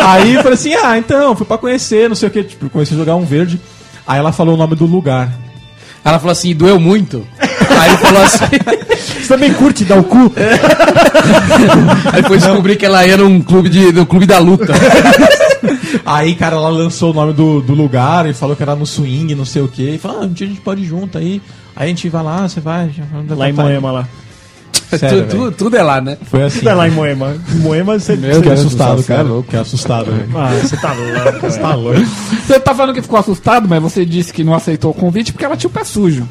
Aí eu falei assim, ah, então, fui pra conhecer, não sei o que, tipo, eu comecei a jogar um verde. Aí ela falou o nome do lugar.
Ela falou assim, doeu muito. Aí falou assim.
você também curte dar o cu?
Aí foi descobrir que ela era um clube de, do clube da luta.
Aí, cara, ela lançou o nome do, do lugar e falou que era no swing, não sei o que. E falou, ah, um dia a gente pode ir junto aí. Aí a gente vai lá, você vai. já vai
Lá em Moema, lá.
Sério,
Tu- tu-
velho.
tudo é lá, né?
Foi assim.
Tudo é lá em Moema. Em Moema você...
Eu
você... é
fiquei assustado, cara. Eu fiquei assustado, velho.
Ah, você tá louco, velho.
Tá louco.
Você tá falando que ficou assustado, mas você disse que não aceitou o convite porque ela tinha o pé sujo.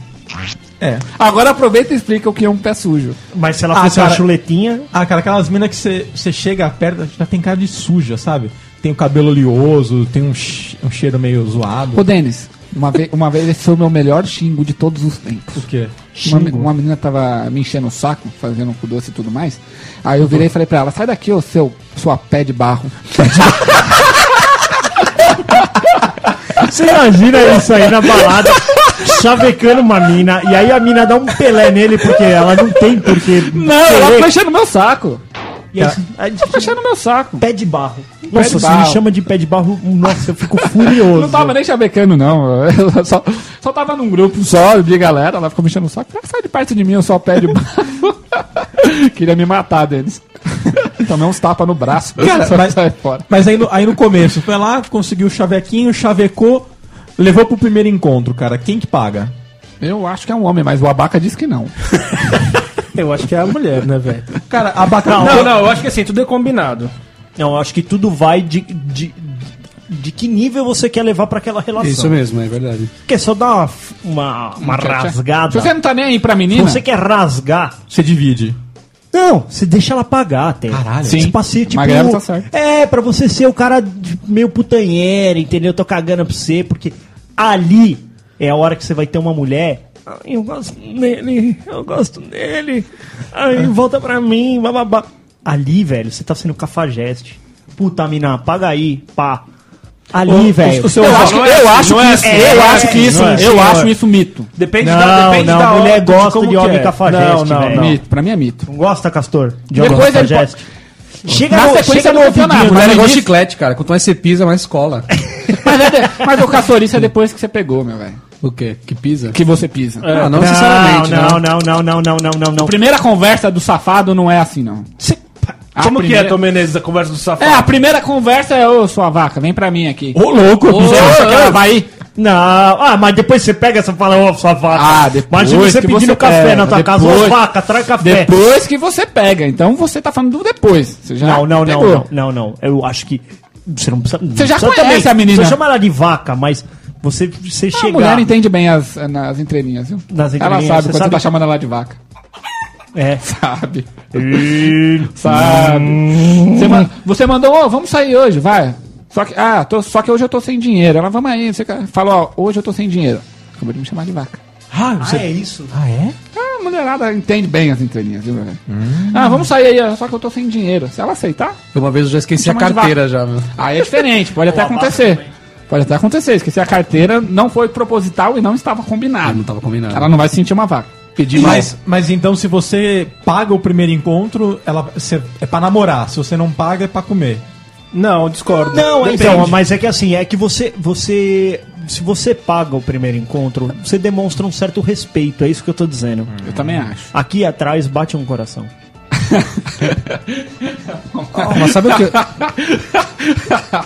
É.
Agora aproveita e explica o que é um pé sujo.
Mas se ela
Ah,
fosse uma
cara.
chuletinha...
Ah, cara, aquelas minas que você- você chega perto, já tem cara de suja, sabe? Tem o cabelo oleoso, tem um, che- um cheiro meio zoado.
Ô, Denis, uma, ve uma vez esse foi o meu melhor xingo de todos os tempos.
Por quê?
Uma, me- uma menina tava me enchendo o saco, fazendo cu doce e tudo mais. Aí eu virei e falei pra ela: sai daqui, ô seu, sua pé de barro.
Você imagina isso aí na balada, chavecando uma mina, e aí a mina dá um pelé nele, porque ela não tem porque...
Não, ela tá enchendo meu saco.
E aí, aí,
Ela tá enchendo meu saco.
Pé de barro. Nossa,
de
se
barro.
me chama de pé de barro, nossa, eu fico furioso.
Não tava nem chavecando, não. Ela só, só tava num grupo só de galera. Ela ficou me enchendo o saco. Será que sai de perto de mim? Eu só pé de barro. Queria me matar, Denis. Tomei uns tapas no braço.
Cara,
só
mas-
sai fora.
Mas aí no, aí no começo, foi lá, conseguiu o chavequinho, chavecou, levou pro primeiro encontro, cara. Quem que paga?
Eu acho que é um homem, mas o abaca disse que não.
Eu acho que é a mulher, né, velho?
Cara, a bacana.
Não, não, eu acho que assim, tudo é combinado.
Não, eu acho que tudo vai de, de, de que nível você quer levar pra aquela relação.
Isso mesmo, é verdade.
Porque só dá uma, uma, uma rasgada.
Se você não tá nem aí pra menina,
Você quer rasgar?
Você divide.
Não, você deixa ela pagar até.
Caralho.
Sim.
Sim.
Pra ser, tipo,
Magrelo tá certo.
É, pra você ser o cara de- meio putanheiro, entendeu? Tô cagando pra você, porque ali é a hora que você vai ter uma mulher. Ai, Eu gosto nele, eu gosto nele. Aí
É.
volta pra mim, bababá. Ali, velho, você tá sendo cafajeste. Puta, mina, paga aí, pá. Ali,
O-
velho.
Então,
o seu-
Eu
não,
acho que-
não é
eu
assim,
acho
não
que
é
isso-
assim,
eu
não é
acho que
assim,
isso-
não é assim,
eu
não
acho
é.
que isso mito.
Depende
não,
da depende
não,
da
mulher
ótica, de
gosta
como
de homem
que é.
cafajeste,
Não, não,
velho.
não.
Pra mim é mito. Não gosta, Castor, de homem
Depois ele
cafajeste? Chega
Na
no-
sequência
chega no
do campeonato.
ouvidinho, né?
Mas
no
é igual
início-
chiclete, cara. Quanto mais você pisa, mais cola.
Mas o caçorista é depois que você pegou, meu velho.
O quê? Que pisa?
Que você pisa.
Ah, não necessariamente,
É,
né?
Não,
não.
não, não, não, não, não, não, não.
A primeira conversa do safado não é assim, não. A
Como
primeira-
que é, Tom Menezes, a conversa do safado?
É, a primeira conversa é, ô, sua vaca, vem pra mim aqui.
Ô, louco,
Ô,
você acha
ô,
que ela
ô.
vai. Não, ah, mas depois você pega essa fala, ó, sua vaca. Ah, depois. Imagina você
que
pedindo
você
café
pega,
na tua casa,
depois-
ô vaca, traz café.
Depois que você pega. Então você tá falando do depois. Você já
Não, não, não,
pegou.
não, não, não. Eu acho que. Você não precisa.
Você já conhece a menina. Ah,
Você chama ela de vaca, mas você, você
A
chegar.
mulher entende bem as, nas entrelinhas, viu?
Nas
ela
entrelinhas,
sabe
você
quando você
sabe
tá
que-
chamando ela de vaca.
É.
Sabe. Sabe. Você, man- você mandou, ô, vamos sair hoje, vai. Só que, ah, tô- só que hoje eu tô sem dinheiro. Ela, vamos aí. Você quer- falou, ó, hoje eu tô sem dinheiro. Acabou de me chamar de vaca.
Ah, é isso? Ah, é?
Ah, a mulherada entende bem as entrelinhas, viu, velho?
Hum.
Ah, vamos sair aí, ó, só que eu tô sem dinheiro. Se ela aceitar,
Uma vez eu já esqueci a
Chama de
carteira
vaca.
já, meu.
aí é diferente, pode
tá
até acontecer. Pode até acontecer, esquecer a carteira não foi proposital e não estava combinado.
Não tava combinado.
Ela não vai sentir uma vaca. Pedir mais.
Mas, mas então, se você paga o primeiro encontro, ela, cê- é pra namorar. Se você não paga, é pra comer.
Não, discordo.
Não,
Depende.
então, mas é que assim, é que você, você. Se você paga o primeiro encontro, você demonstra um certo respeito, é isso que eu tô dizendo.
Eu também acho.
Aqui atrás bate um coração.
mas sabe o que...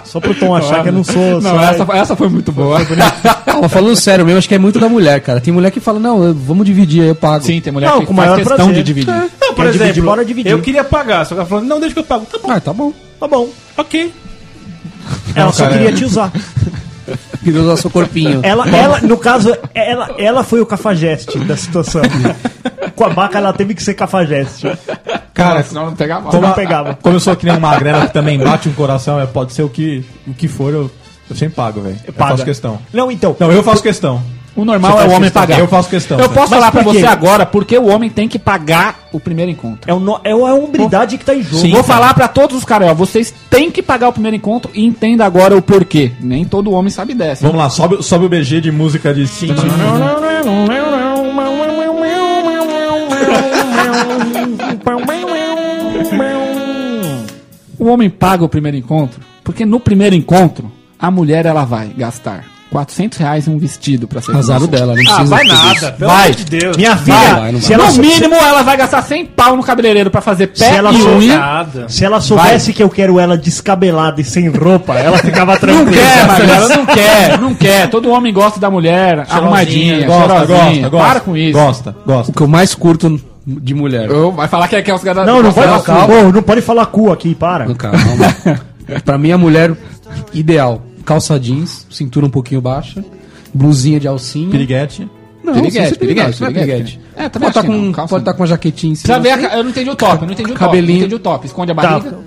Só pro Tom achar que eu não sou.
Não,
só-
essa, essa foi muito boa.
Não, mas falando sério mesmo, acho que é muito da mulher, cara. Tem mulher que fala, não, eu- vamos dividir, aí eu pago.
Sim, tem mulher
Não,
que
com
faz
maior
questão
prazer.
de dividir.
É.
Não, por
Quer
exemplo,
dividir, bora dividir.
eu queria pagar, só que ela falou, não, deixa que eu pago. Tá bom,
Ah, tá bom.
Tá bom.
ok.
Ela só
cara,
queria
é.
te usar.
Queria usar seu corpinho.
Ela, ela, no caso, ela, ela foi o cafajeste da situação. Com a vaca, ela teve que ser cafajeste.
Cara,
Senão não pegava.
como,
não pegava.
como eu sou que nem uma magrela que também bate um coração, é, pode ser o que, o que for, eu, eu sempre pago, velho. Eu
Paga.
faço questão.
Não, então.
Não, eu faço questão.
O normal
Você
é o
faz
homem
questão.
pagar.
Eu faço questão.
Eu posso
Mas
falar pra
por
você
quê?
agora porque o homem tem que pagar o primeiro encontro.
É, o no- é a hombridade que tá em jogo.
Vou falar pra todos os caras, ó, vocês têm que pagar o primeiro encontro e entenda agora o porquê. Nem todo homem sabe dessa.
Vamos lá, sobe, sobe o BG de música de sim.
O homem paga o primeiro encontro porque no primeiro encontro a mulher ela vai gastar 400 reais em um vestido pra ser
Azar o dela, não
Ah,
precisa
vai
de tudo
nada.
Pelo
Vai.
amor de Deus.
Minha filha,
vai, não
se,
vai.
ela
No
sou-
mínimo ela vai gastar 100 pau no cabeleireiro pra fazer pé
ela
e
sou-
unha.
Nada.
se ela soubesse que eu quero ela descabelada e sem roupa, ela ficava
Não
tranquila.
quer, Magrela, não quer, não quer. Todo homem gosta da mulher arrumadinha,
gosta,
cheirosinha.
gosta, gosta.
Para com isso.
Gosta, gosta.
O que eu mais curto de mulher.
Eu- vai falar que é que é os caras...
Não, não vai
Não,
falar
calma.
cu. Pô, não pode falar cu aqui, para.
Não, Calma. pra mim, a mulher ideal. Calça jeans, cintura um pouquinho baixa, blusinha de alcinha.
Piriguete.
Não,
Piriguete,
sem ser piriguete,
piriguete,
não é
piriguete.
piriguete.
É, também
pode
acho
tá
que
com,
não, calça
Pode estar
não.
com a jaquetetinha em cima,
Precisa ver
assim.
a ca- Eu não entendi o top, eu não entendi o top.
Cabelinho.
Não entendi o top. Esconde a barriga?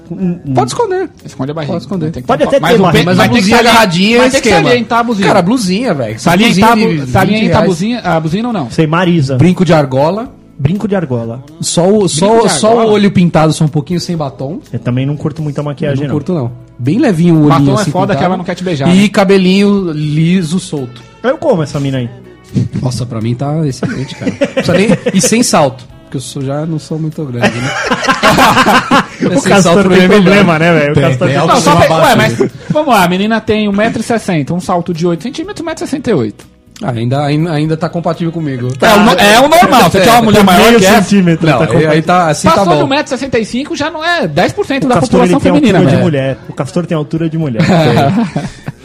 Pode esconder.
Esconde a barriga.
Pode esconder.
Tem que
Pode
um top.
até ter
mas o
barriga,
pe-
Mas,
mas
a
tem que
blusinha
salientar-
agarradinha é
mas tem que tá
esquema.
salientar a blusinha.
Cara, blusinha, velho.
Salientar, tá
Blusinha de
bu-
20
salientar a
reais.
blusinha, a buzina ou ah, não?
Sei, Marisa.
Brinco de argola.
Brinco de argola.
Só o, só,
de
só o
argola?
olho pintado, só um pouquinho sem batom.
Eu também não curto muita maquiagem,
Não
não.
curto, não. Bem levinho o olhinho. assim
Batom é foda que ela não quer te beijar,
E
né?
cabelinho liso, solto.
Eu como essa mina aí.
Nossa, pra mim tá excelente, cara. Não precisa nem- E sem salto. Porque eu sou- já não sou muito grande, né? É, sem salto pra mim é melhor.
né, velho? O
Tem,
Castor
tem
tem
Não,
alto-
problema.
só
Uma
pe... Ué,
baixa
mas vamos lá, a menina tem 1,60m, um salto de 8cm, 1,68m.
Ah, ainda, ainda, ainda tá compatível comigo.
é, o no- é o normal, Tá você quer uma mulher maior
meio
que essa.
centímetro.
Não,
tá
aí, aí tá, assim tá
Passou de
bom.
1,65m já não é 10%
O
da
Castor Tá ele
população
tem
feminina.
altura de
né?
mulher. O Castor tem altura de mulher.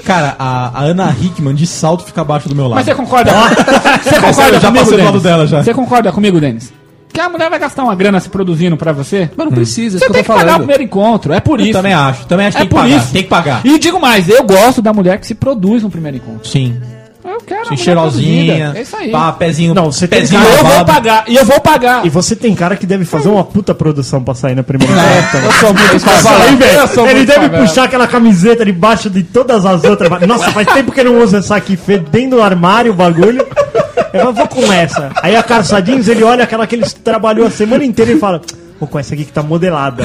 Cara, a, a Ana Hickman de salto fica abaixo do meu lado.
Mas é você concorda? Você concorda
Eu já
comigo,
passei do lado
Denis?
dela já.
Você concorda comigo, Denis? Que a mulher vai gastar uma grana se produzindo pra você?
Mas não precisa, isso
Você
Hum. que
tem é
eu tô
que pagar o
falando.
primeiro encontro, é por
Eu
isso.
também acho. Também acho que
é
tem que
por
pagar.
isso.
Tem que pagar.
E digo mais, eu gosto da mulher que se produz no primeiro encontro.
Sim.
Eu quero a
Sim,
mulher
cheirosinha.
produzida, É isso aí.
Pá, pezinho.
Não, você tem
E
pezinho
eu vou
lavado.
pagar, e eu vou pagar.
E você tem cara que deve fazer uma puta produção pra sair na primeira né? volta.
Eu sou muito
Fala aí,
pagado.
velho.
Eu sou
Ele
muito
deve
pagado.
puxar aquela camiseta debaixo de todas as outras. Nossa, faz tempo que eu não uso essa aqui, fedendo o armário, o bagulho. Eu falo, vou com essa. Aí a calça jeans, ele olha aquela que ele trabalhou a semana inteira e fala: Pô, com essa aqui que tá modelada.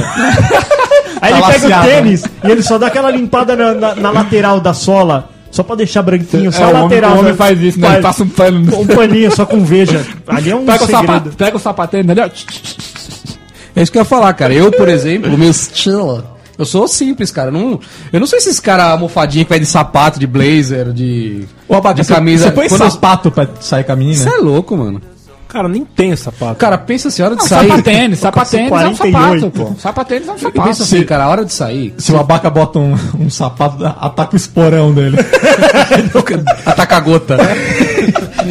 Aí ele
Tá
pega o
laceado,
tênis e ele só dá aquela limpada na, na- na lateral da sola. Só pra deixar branquinho, só
É,
a
o homem-
lateral.
o homem
né?
faz isso, né? Ele passa um pano no-
Um paninho, só com veja. Ali é um
pega, o
segredo.
sapato, pega o sapateiro ali, ó.
É isso que eu ia falar, cara. Eu, por exemplo, meu estilo. Eu sou simples, cara. Não, eu não sou esses cara almofadinha que vai de sapato, de blazer, de. Ou de camisa.
Você põe
Quando eu-
sapato né? pra sair com a menina?
Você é louco, mano. Cara, nem tem sapato. Cara, pensa assim, a hora de
Não,
sair.
sapatênis, sapatênis é um sapato,
48.
pô. Sapatênis é um
Eu penso
sapato.
assim, cara, a hora de sair.
Se o abaca bota um, um sapato, ataca o esporão dele.
ataca a gota.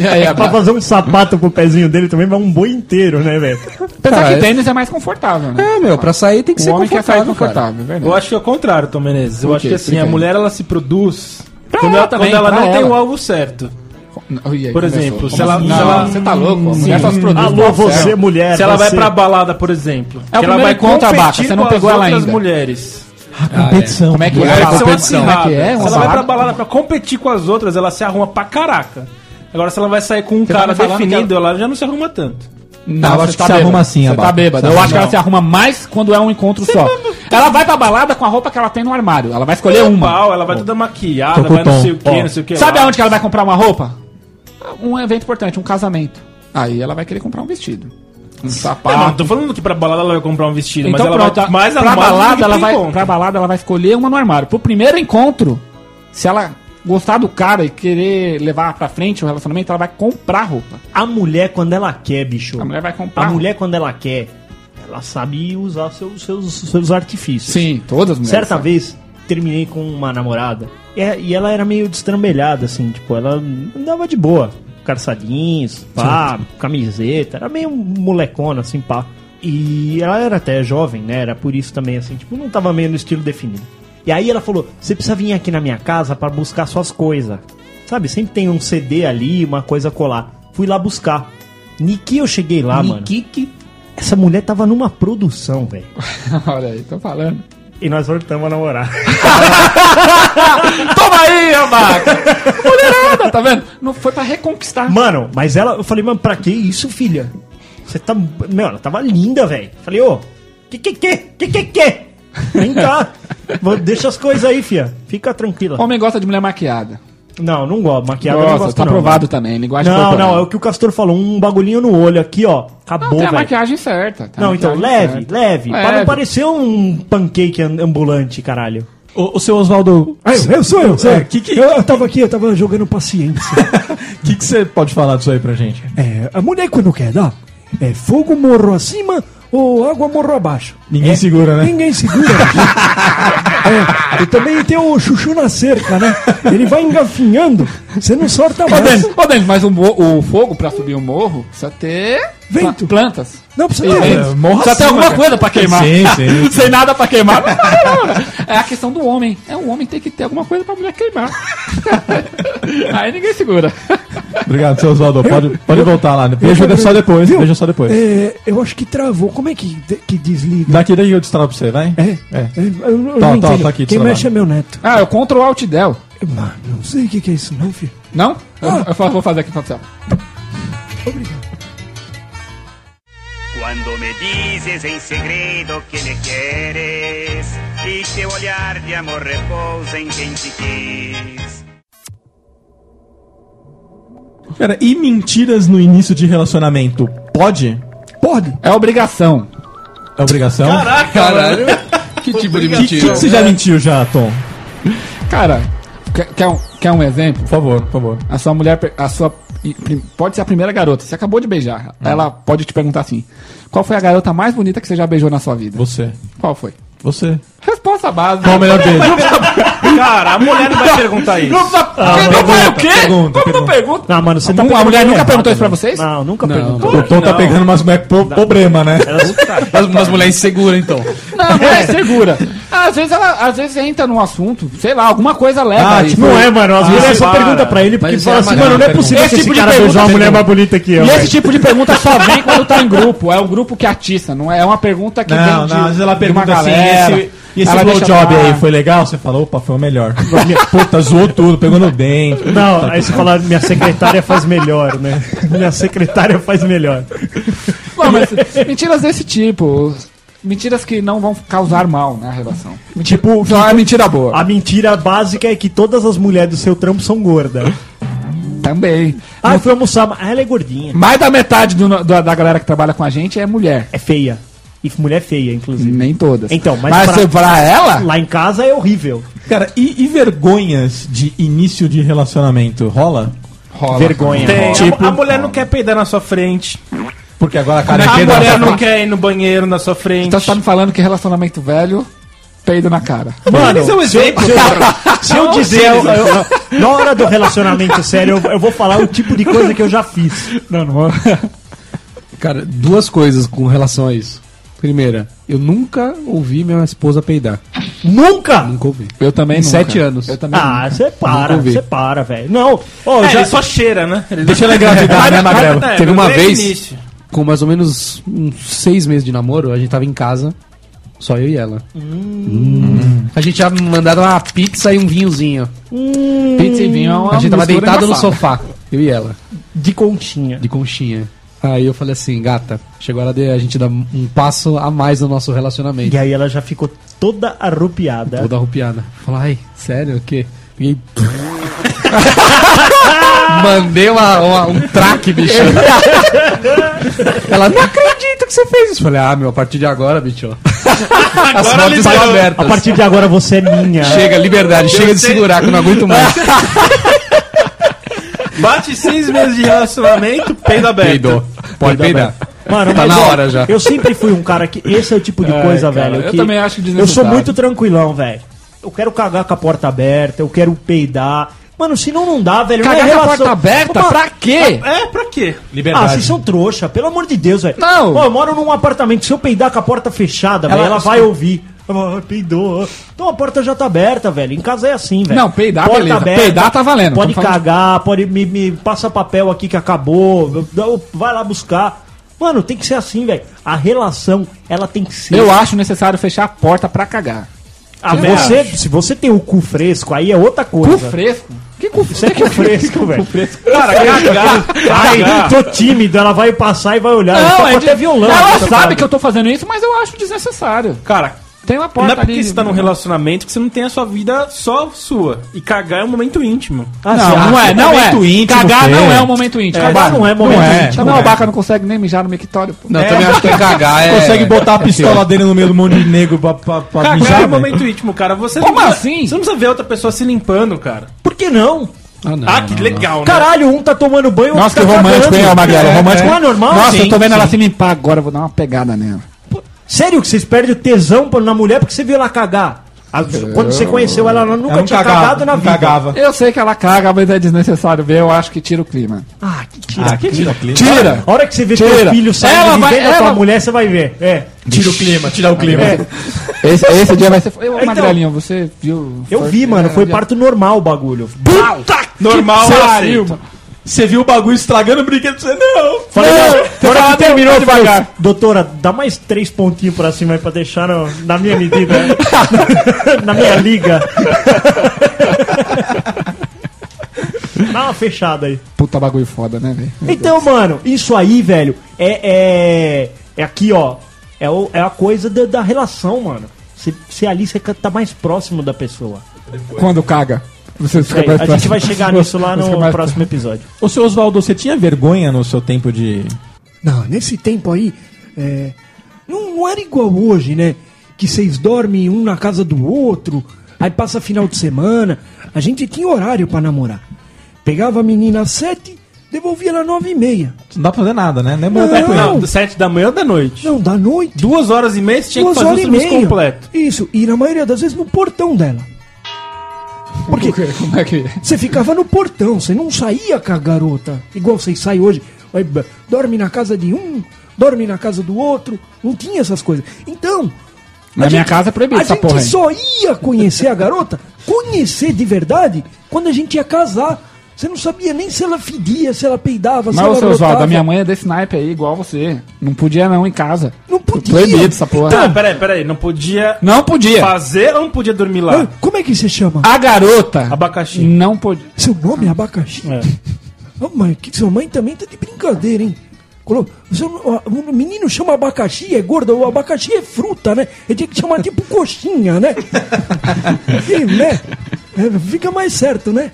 É, pra fazer um sapato pro pezinho dele também vai um boi inteiro, né, velho?
Apesar que tênis é mais confortável, né?
É, meu, pra sair tem que
O
ser
homem quer sair
confortável,
confortável, é
cara.
verdade.
Eu acho que é o contrário, Tom Menezes. Eu
Por
acho
quê?
que assim,
Explica
a
aí.
mulher ela se produz
É, Pra
quando ela,
ela também,
quando ela
pra
não tem
ela.
o alvo certo.
Ih, aí
Por
começou.
exemplo, se
Como
ela,
assim?
se
Não,
ela-
você tá louco, a
Sim.
mulher só se produz
Alô,
pra
você,
mulher.
mulher. Se ela
você.
vai pra balada, por exemplo.
assim. É o
que ela
primeiro
vai
encontro, Abaca,
competir
você não
com
pegou
as
ela
outras
ainda.
mulheres.
competição. Como é que é?
Mulheres
A
são
competição, como é que
acirradas.
é? Uma
Se ela vai pra
balada?
balada pra competir com as outras, ela se arruma pra caraca. Agora, se ela vai sair com um
Você tá
cara
me falando
definido, ela já não se arruma tanto.
Não,
Eu
você
acho que
tá
se
bêbado.
arruma assim,
Você
Abaca.
tá bêbada. Eu
Não.
acho que ela se arruma mais quando é um encontro só. Ela vai pra balada com a roupa que ela tem no armário. Ela vai escolher
Ela
uma.
pau, ela vai toda maquiada,
Tô com
vai não
tom.
sei o que,
Ó.
não sei o que.
Sabe aonde que ela vai comprar uma roupa? Um evento importante, um casamento. Aí ela vai querer comprar um vestido. Um
Não, não
sapato.
tô falando que pra balada ela vai comprar um vestido,
então
mas ela
pronto,
vai mais
pra,
arrumada do que
balada, ela
pro
vai,
encontro.
pra balada ela vai escolher uma no armário. Pro primeiro encontro, se ela gostar do cara e querer levar pra frente o relacionamento, ela vai comprar roupa.
A mulher, quando ela quer, bicho.
A mulher vai comprar
A mulher, quando ela quer, ela sabe usar seus, seus, seus artifícios.
Sim, todas as mulheres
Certa
sabem.
vez, terminei com uma namorada. E, é- e ela era meio destrambelhada, assim. Tipo, ela andava de boa. Calçadinhos, pá, camiseta. Era meio molecona, assim, pá. E ela era até jovem, né? Era por isso também, assim. Tipo, não tava meio no estilo definido. E aí ela falou, você precisa vir aqui na minha casa pra buscar suas coisas. Sabe, sempre tem um CD ali, uma coisa a colar. Fui lá buscar. Niki, eu cheguei
Ah,
lá, mano.
que...
Essa mulher tava numa produção, velho.
Olha aí, tô falando.
E nós voltamos a namorar.
Toma aí, abaca! Mulherada, tá vendo? Não foi pra reconquistar.
Mano, mas ela, eu falei, mano, pra que isso, filha? Você tá. Meu, ela tava linda, velho. Falei, ô, que que que? Que que que? Vem cá. Vou- Deixa as coisas aí, filha. Fica tranquila.
Homem gosta de mulher maquiada.
Não, não gosto. Maquiada eu não
Gosta,
gosto,
tá
não,
provado
mano.
também, linguagem
Não,
corporal.
não, é o que o Castor falou. Um bagulhinho no olho aqui, ó. Acabou,
tem a
velho.
maquiagem certa. tá? tem a
Não, então,
maquiagem
leve,
certa.
leve. Pra não
Leve.
parecer um pancake an- ambulante, caralho.
O, o seu Oswaldo,
Ah, eu, eu sou eu, sou
É,
eu.
que que-
eu. Eu tava aqui, eu tava jogando paciência.
o que, que você pode falar disso aí pra gente?
É, a mulher quando quer dar, é fogo morro acima ou água morro abaixo.
Ninguém
É?
segura, né?
Ninguém segura. bicho. é, e também tem o chuchu na cerca, né? Ele vai engafinhando, você não
Tá
solta
Ô,
mais.
Denis, ô, Denis, mas o, mo- o fogo pra subir o morro precisa ter
Vento.
pla- plantas.
Não precisa
E
ter
ventos.
vento.
morro
Precisa ter
É, acima,
alguma
cara.
coisa pra queimar.
Sim, sim.
Sem nada pra queimar. Não vai, não, cara. é a questão do homem. É o homem tem que ter alguma coisa pra mulher queimar. Aí ninguém segura.
Obrigado, seu Oswaldo. Pode, pode voltar lá. Veja
eu-
só depois.
Viu?
Veja só depois.
É, eu acho que travou. Como é que, que desliga?
Daqui daí eu destravo pra você, vai?
É,
É.
é, eu, eu
Tá,
não
tá,
entendo.
tá aqui,
Quem
desabafo.
mexe é meu neto.
Ah, eu contra o alt del.
Mano, não sei o que, que é isso, não, filho.
Não? Eu, eu fa- vou fazer aqui assim, pra você.
Cuando me dices en segredo que me quieres y que olhar de amor reposa en quien te quis.
Cara, e mentiras no início de relacionamento? Pode?
Pode.
É obrigação.
É obrigação?
Caralho. Que tipo de
Que, que que
mentira?
você já mentiu já, Tom?
Cara, quer, quer um, quer um exemplo?
Por favor, por favor.
A sua mulher, per- a sua. e prim- Pode ser a primeira garota. Você acabou de beijar.
Ah.
Ela pode te perguntar assim: Qual foi a garota mais bonita que você já beijou na sua vida?
Você.
Qual foi?
Você.
Resposta básica.
Qual o melhor beijo?
Cara, a mulher não vai perguntar isso.
Não precisa. Quem não vai o quê?
Ah, pergunta,
Como não pergunta?
Ah, mano, você
A mu- a mulher
perguntando
nunca
errado,
perguntou isso pra
mano.
vocês?
Não, nunca
Não.
perguntou.
O Tom tá pegando umas mulheres pro problema, né?
As, as mulheres inseguras, então.
Não, a mulher é segura. Às vezes ela às vezes entra num assunto, sei lá, alguma coisa leva.
Ah,
aí.
tipo,
Não é, mano. Às
Ah,
vezes só
para.
pergunta pra ele porque
Mas
fala
é
assim,
amarelo,
mano, não é
pergunta.
possível
Esse
que esse
tipo de
cara beijou uma
pergunta-
mulher mais bonita que eu.
E
velho.
esse tipo de pergunta só vem quando tá em grupo. É um grupo que atiça, não é É uma pergunta que
Não,
vem
não, às vezes ela
de uma
pergunta assim,
galera.
e esse, e esse
Ela deixa
blowjob
pra-
aí foi legal? Você fala, opa, foi o melhor. Puta, zoou tudo, pegou no dente.
Não, aí você fala, minha secretária faz melhor, né? Minha secretária faz melhor.
Não, mas mentiras desse tipo. Mentiras que não vão causar mal na relação.
Tipo,
só é mentira boa.
A mentira básica é que todas as mulheres do seu trampo são gordas.
Também.
Ah, eu fui almoçar, mas ela é gordinha.
Mais da metade do no- da, da galera que trabalha com a gente é mulher.
É feia. E mulher feia, inclusive.
Nem todas.
Então, mas,
Mas se pra ela?
Lá em casa é horrível.
Cara, e, e vergonhas de início de relacionamento? Rola?
Rola.
Vergonha.
Tem.
Rola. Tipo,
a, a mulher não quer peidar na sua frente.
porque agora a cara
a
é
mulher
quebrada.
não quer ir no banheiro na sua frente.
Então você tá me falando que relacionamento velho, peido na cara.
Mano,
Esse é um
se eu-
exemplo,
se eu,
cara.
se eu
Não,
dizer, eu-
sim,
eu- eu- na hora do relacionamento sério, eu, eu vou falar o tipo de coisa que eu já fiz.
Não, não. Cara, duas coisas com relação a isso. Primeira, eu nunca ouvi minha esposa peidar.
Nunca?
Nunca ouvi.
Eu também
Em
nunca.
sete anos.
Eu também
Ah, você para,
Nunca ouvi.
você para, velho. Não, ó,
É,
já-
ele só cheira, né?
Ah,
Ele
Deixa ela engravidar, né, Magrelo?
É,
Teve
no
uma
mesmo
vez,
início.
com mais ou menos uns seis meses de namoro, a gente tava em casa, só eu e ela. Hum. A gente já mandado uma pizza e um vinhozinho.
Pizza e vinho é uma
a gente tava
mistura
deitado no
embaçada.
sofá, eu e ela,
de continha.
de conchinha. Aí eu falei assim, gata, chegou a hora de a gente dar um passo a mais no nosso relacionamento.
E aí ela já ficou toda arrupiada.
Toda arrupiada. Falei, ai, sério, o quê? Peguei... Mandei uma- uma- um traque, bicho. Ela, não acredito que você fez isso. Falei, ah, meu, a partir de agora, bicho. As portas estão
A
abertas.
partir de agora você é minha.
Chega, liberdade, chega de segurar, que eu não aguento mais.
Bate seis meses de relacionamento, peido aberto.
Peidou. Pode peidar.
Mano,
tá
mas
na
ó,
hora já.
Eu sempre fui um cara que. Esse é o tipo de
Ai,
coisa,
cara,
velho.
eu
que
também acho
Eu sou
desnecessário.
muito tranquilão, velho. Eu quero cagar com a porta aberta, eu quero peidar. Mano, se não não dá, velho. não
Cagar
é
com a
relação-
porta aberta?
Opa,
Pra quê?
É, pra quê?
Ah, vocês são trouxa, pelo amor de Deus, velho.
Não.
Pô, eu moro num apartamento, se eu peidar com a porta fechada, velho, ela vai ouvir. Ah, peidou. Então a porta já tá aberta, velho. Em casa é assim, velho.
Não, peidar, beleza. Peidar tá valendo.
Pode
Tamo falando-
cagar, pode me, me passa papel aqui que acabou. eu- eu- Vai lá buscar. Mano, tem que ser assim, velho. A relação, ela tem que ser.
Eu acho necessário fechar a porta pra cagar.
Ah,
eu
você, se você tem o cu fresco, aí é outra
Cu
coisa.
fresco? Que cu
Você é cu fresco, velho.
Cara, cagar.
Ai, tô tímido, ela vai passar e vai olhar. eu toco
Não, é
até
de...
violão.
Ela
eu
sabe
tô tocando.
que eu tô fazendo isso, mas eu acho desnecessário.
Cara,
Tem uma
não
porta
é porque
ali-
você tá
né?
num relacionamento que você não tem a sua vida só sua. E cagar é um momento íntimo.
Ah,
Não,
você
não
acha?
é, não é.
momento íntimo,
Cagar
Fê.
não é um momento íntimo.
Cagar não é momento
é.
íntimo.
Não,
É.
o Baca não consegue nem mijar no mictório. pô.
Não, eu também acho que cagar é...
Consegue botar a pistola dele no meio do monte de negro pra, pra, pra
Cagar
mijar,
é um
velho?
momento íntimo, cara. Você
Como
não precisa,
assim?
Você não precisa ver outra pessoa se limpando, cara.
Por que não?
Ah, não,
ah,
não,
que
não.
legal, né?
Caralho, um tá tomando banho, o
Nossa,
outro
que
tá
romântico, hein,
cagando.
ó, Magrela? Romântico.
Não é normal?
Nossa, eu
Sim,
tô vendo ela
sim.
se limpar agora, eu vou dar uma pegada nela.
Sério que vocês perdem o tesão por- na mulher porque você viu ela cagar? A- Quando você conheceu ela, ela nunca
É. Ela não
tinha
cagava,
cagado na
não
vida.
cagava.
Eu sei que ela caga, mas é desnecessário ver, eu acho que tira o clima.
Ah, que tira. que tira.
Tira!
A hora que você vê
Tira.
teu filho saindo
Ela
de
vai-
dentro da tua
ela-
mulher, você vai ver. É.
Tira o clima, tira o clima.
É.
Esse, esse dia vai ser. Eu, Magrelinho, você viu.
Então,
é,
Eu vi, mano. Foi parto normal o bagulho. Ah,
Puta!
Normal, eu aceito.
assim.
mano.
Você viu o bagulho estragando o brinquedo, você não.
Falei,
Não,
não,
foi
hora
lá,
que terminou, eu
pode
falei,
pagar.
doutora, dá mais três pontinhos pra cima aí pra deixar no- na minha medida. né?" na minha liga. dá uma fechada aí.
Puta bagulho foda, né, velho?
Então, mano, isso aí, velho, é. É, é aqui, ó. É, o- é a coisa da, da relação, mano. Você ali você tá mais próximo da pessoa.
Quando caga. Você fica
É,
mais
a gente
próximo.
vai chegar nisso lá
Você
no
fica mais
próximo episódio.
Ô, seu Oswaldo, você tinha vergonha no seu tempo de...
Não, nesse tempo aí, é, não, não era igual hoje, né? Que vocês dormem um na casa do outro, aí passa final de semana. A gente tinha horário pra namorar. Pegava a menina às sete, devolvia ela às nove e meia.
Não dá pra fazer nada, né? Não é
Não.
botar com ele.
Não, do sete da manhã ou da noite.
Não, da noite.
Duas horas e meia você tinha que
duas
fazer o
horas e
serviço
meia.
completo.
Isso, e na maioria das vezes no portão dela. Porque
Como é que.
você ficava no portão, você não saía com a garota. Igual vocês saem hoje. Aí, b- Dorme na casa de um, dorme na casa do outro. Não tinha essas coisas. Então.
Na
a
minha casa é proibido
A
essa
gente
porra aí.
só ia conhecer a garota, conhecer de verdade, quando a gente ia casar. Você não sabia nem se ela fedia, se ela peidava, se
Mas,
ela
ô, seu Oswaldo,
brotava.
a minha mãe é desse naipe aí, igual você. Não podia, não, em casa.
Não podia.
Proibido essa porra.
Tá, peraí, peraí. Não podia
Não podia.
fazer ou não podia dormir
Ah,
lá?
Como é que você chama?
A garota.
Abacaxi.
Não podia.
Seu nome é abacaxi? Ô, mãe, que sua mãe também tá de brincadeira, hein? Colo- Você, o o menino chama abacaxi, é gordo, o abacaxi é fruta, né? Ele tinha que chamar tipo coxinha, né? E, né? É, Fica mais certo, né?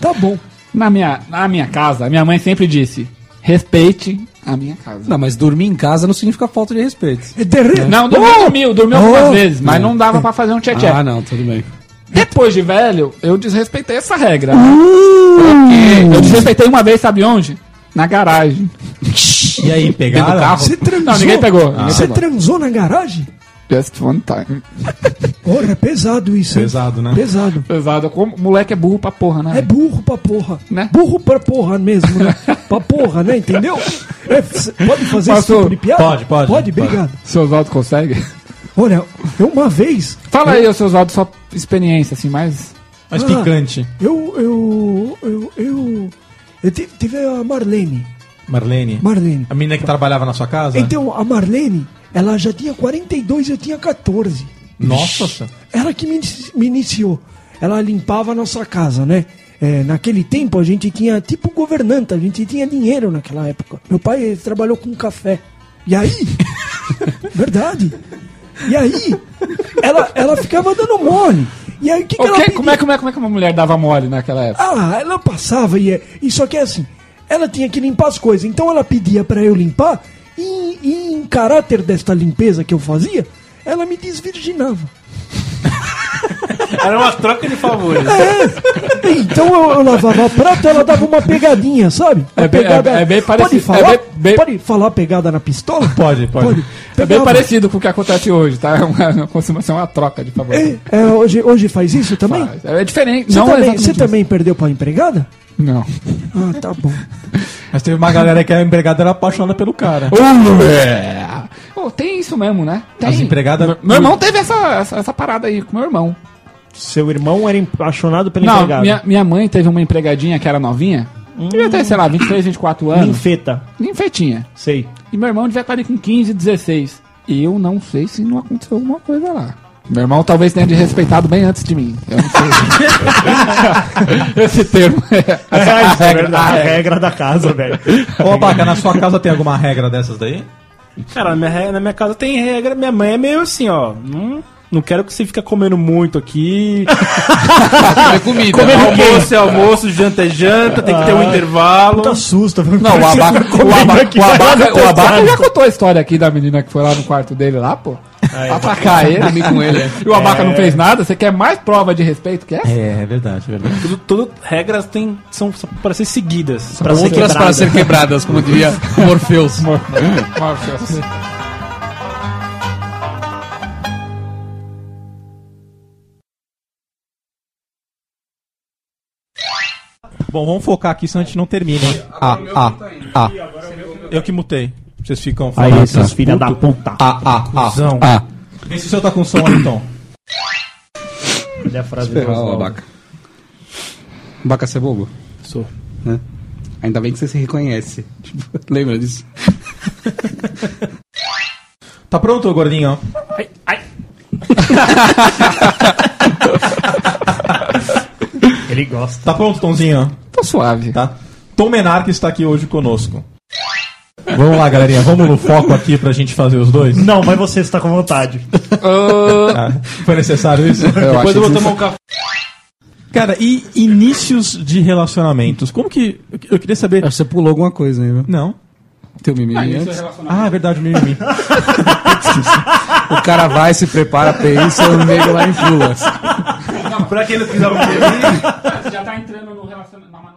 Tá bom.
Na minha, na minha casa, minha mãe sempre disse: respeite a minha casa.
Não, mas dormir em casa não significa falta de respeito.
É,
Não, dormiu, dormiu, dormiu algumas vezes,
É.
mas não dava pra fazer um tchê-tchê.
Ah, não, tudo bem.
Depois de velho, eu desrespeitei essa regra.
Uh!
Porque eu desrespeitei uma vez, sabe onde? Na garagem.
E aí, pegaram?
Dentro do carro?
Você transou?
Não, ninguém pegou. ninguém
Você
pegou.
transou na garagem?
Just one time.
Porra, é pesado isso. hein?
Pesado, né?
Pesado.
Pesado. Como moleque é burro pra porra, né?
É burro pra porra. Burro pra porra mesmo, né? pra porra, né? Entendeu? É, c- pode fazer
Passou.
esse tipo de piada?
Pode, pode,
Pode,
pode.
obrigado.
Seu Oswaldo consegue?
Olha, né, eu uma vez.
Fala aí, ô, seu Oswaldo, sua experiência, assim, mais.
Mais
Ah,
picante.
Eu. Eu. Eu. eu, eu te- tive a Marlene.
Marlene.
Marlene.
A menina que trabalhava na sua casa?
Então, a Marlene, ela já tinha 42 e eu tinha 14.
Nossa. senhora.
Ela que me, inici- me iniciou. Ela limpava a nossa casa, né? É, naquele tempo a gente tinha tipo governanta, a gente tinha dinheiro naquela época. Meu pai ele trabalhou com café. E aí? Verdade. E aí? Ela, ela ficava dando mole. E aí o que, que
O
ela
quê?
pedia?
Como, é, como, é, como é que uma mulher dava mole naquela época?
Ah, ela passava e, é- e só que é assim, ela tinha que limpar as coisas, então ela pedia pra eu limpar e, em- e em caráter desta limpeza que eu fazia, ela me desvirginava.
Era uma troca de favores.
Então eu, eu lavava prato, ela dava uma pegadinha, sabe? Uma
É bem- é
pegada-
bem- é bem
Pode
parecido,
falar,
é bem- bem-
pode falar pegada na pistola?
Pode, pode.
É bem
Pegava.
parecido com o que acontece hoje, tá? É uma, uma consumação, uma troca de favor.
É, é, hoje, hoje faz isso também?
É diferente.
Você
não é
também,
exatamente
você também perdeu pra empregada?
Não.
Ah, tá bom.
Mas teve uma galera que a empregada era apaixonada pelo cara.
Ô, é. Ô, tem isso mesmo, né? Tem.
As empregadas.
Meu irmão teve essa, essa, essa parada aí com meu irmão.
Seu irmão era apaixonado pela
Não,
empregada. Hum.
minha, minha mãe teve uma empregadinha que era novinha. Devia ter, sei lá, 23, 24 anos.
Ninfeta.
Ninfetinha.
Hum. Sei.
E meu irmão devia estar ali com 15, 16. Eu não sei se não aconteceu alguma coisa lá. Meu irmão talvez tenha de respeitado bem antes de mim. Eu não sei. Esse termo.
É,
Essa-
isso é verdade. A regra da casa, velho.
Ô, Abaca, na sua casa tem alguma regra dessas daí?
Cara, na minha, re- na minha casa tem regra. Minha mãe é meio assim, ó. Não, não quero que você fique comendo muito aqui.
comida.
Comer almoço é almoço, janta é janta, tem que ter um intervalo.
Puta susto.
Não, o abaca, o abaca, o abaca, o abaca já
já
contou a história aqui da menina que foi lá no quarto dele lá, pô. Atacar ele.
Dormir com ele, é.
E o abaca não
É.
fez nada. Você quer mais prova de respeito que essa?
É, é verdade, é verdade.
Tudo, tudo- regras tem, são, são para ser seguidas.
Pra ser
Outras para
quebrada.
ser quebradas, como diria Morpheus.
Morpheus.
Bom, vamos focar aqui senão a gente não termina, hein? Ah, ah, ah. Eu que mutei. Vocês ficam
Aí,
falando.
seus filha da puta.
Ah, ah, ah.
Cusão.
Ah,
Vê se o seu tá com som aí, então.
Olha a frase do
ferrar o
Oswaldo.
abaca. Abaca, você é bobo?
Sou.
Né? Ainda bem que você se reconhece. Tipo, lembra disso?
Tá pronto, gordinho?
Ai, ai.
Ele gosta.
Tá pronto, Tonzinho?
Tô suave.
Tá? Tom Menarque está aqui hoje conosco. Vamos lá, galerinha. Vamos no foco aqui pra gente fazer os dois?
Não, mas você está com vontade.
Ah,
Ah, foi necessário isso?
Depois
acho
eu vou
que
tomar um café.
Cara, e inícios de relacionamentos? Como que. eu- Eu queria saber.
Acho que você pulou alguma coisa aí, viu?
Não.
Teu mimimi antes.
Ah, é verdade, meu mimimi.
O cara vai, se prepara, pensa, o nego lá em pula.
Pra quem não quiser
já tá entrando no relacionamento.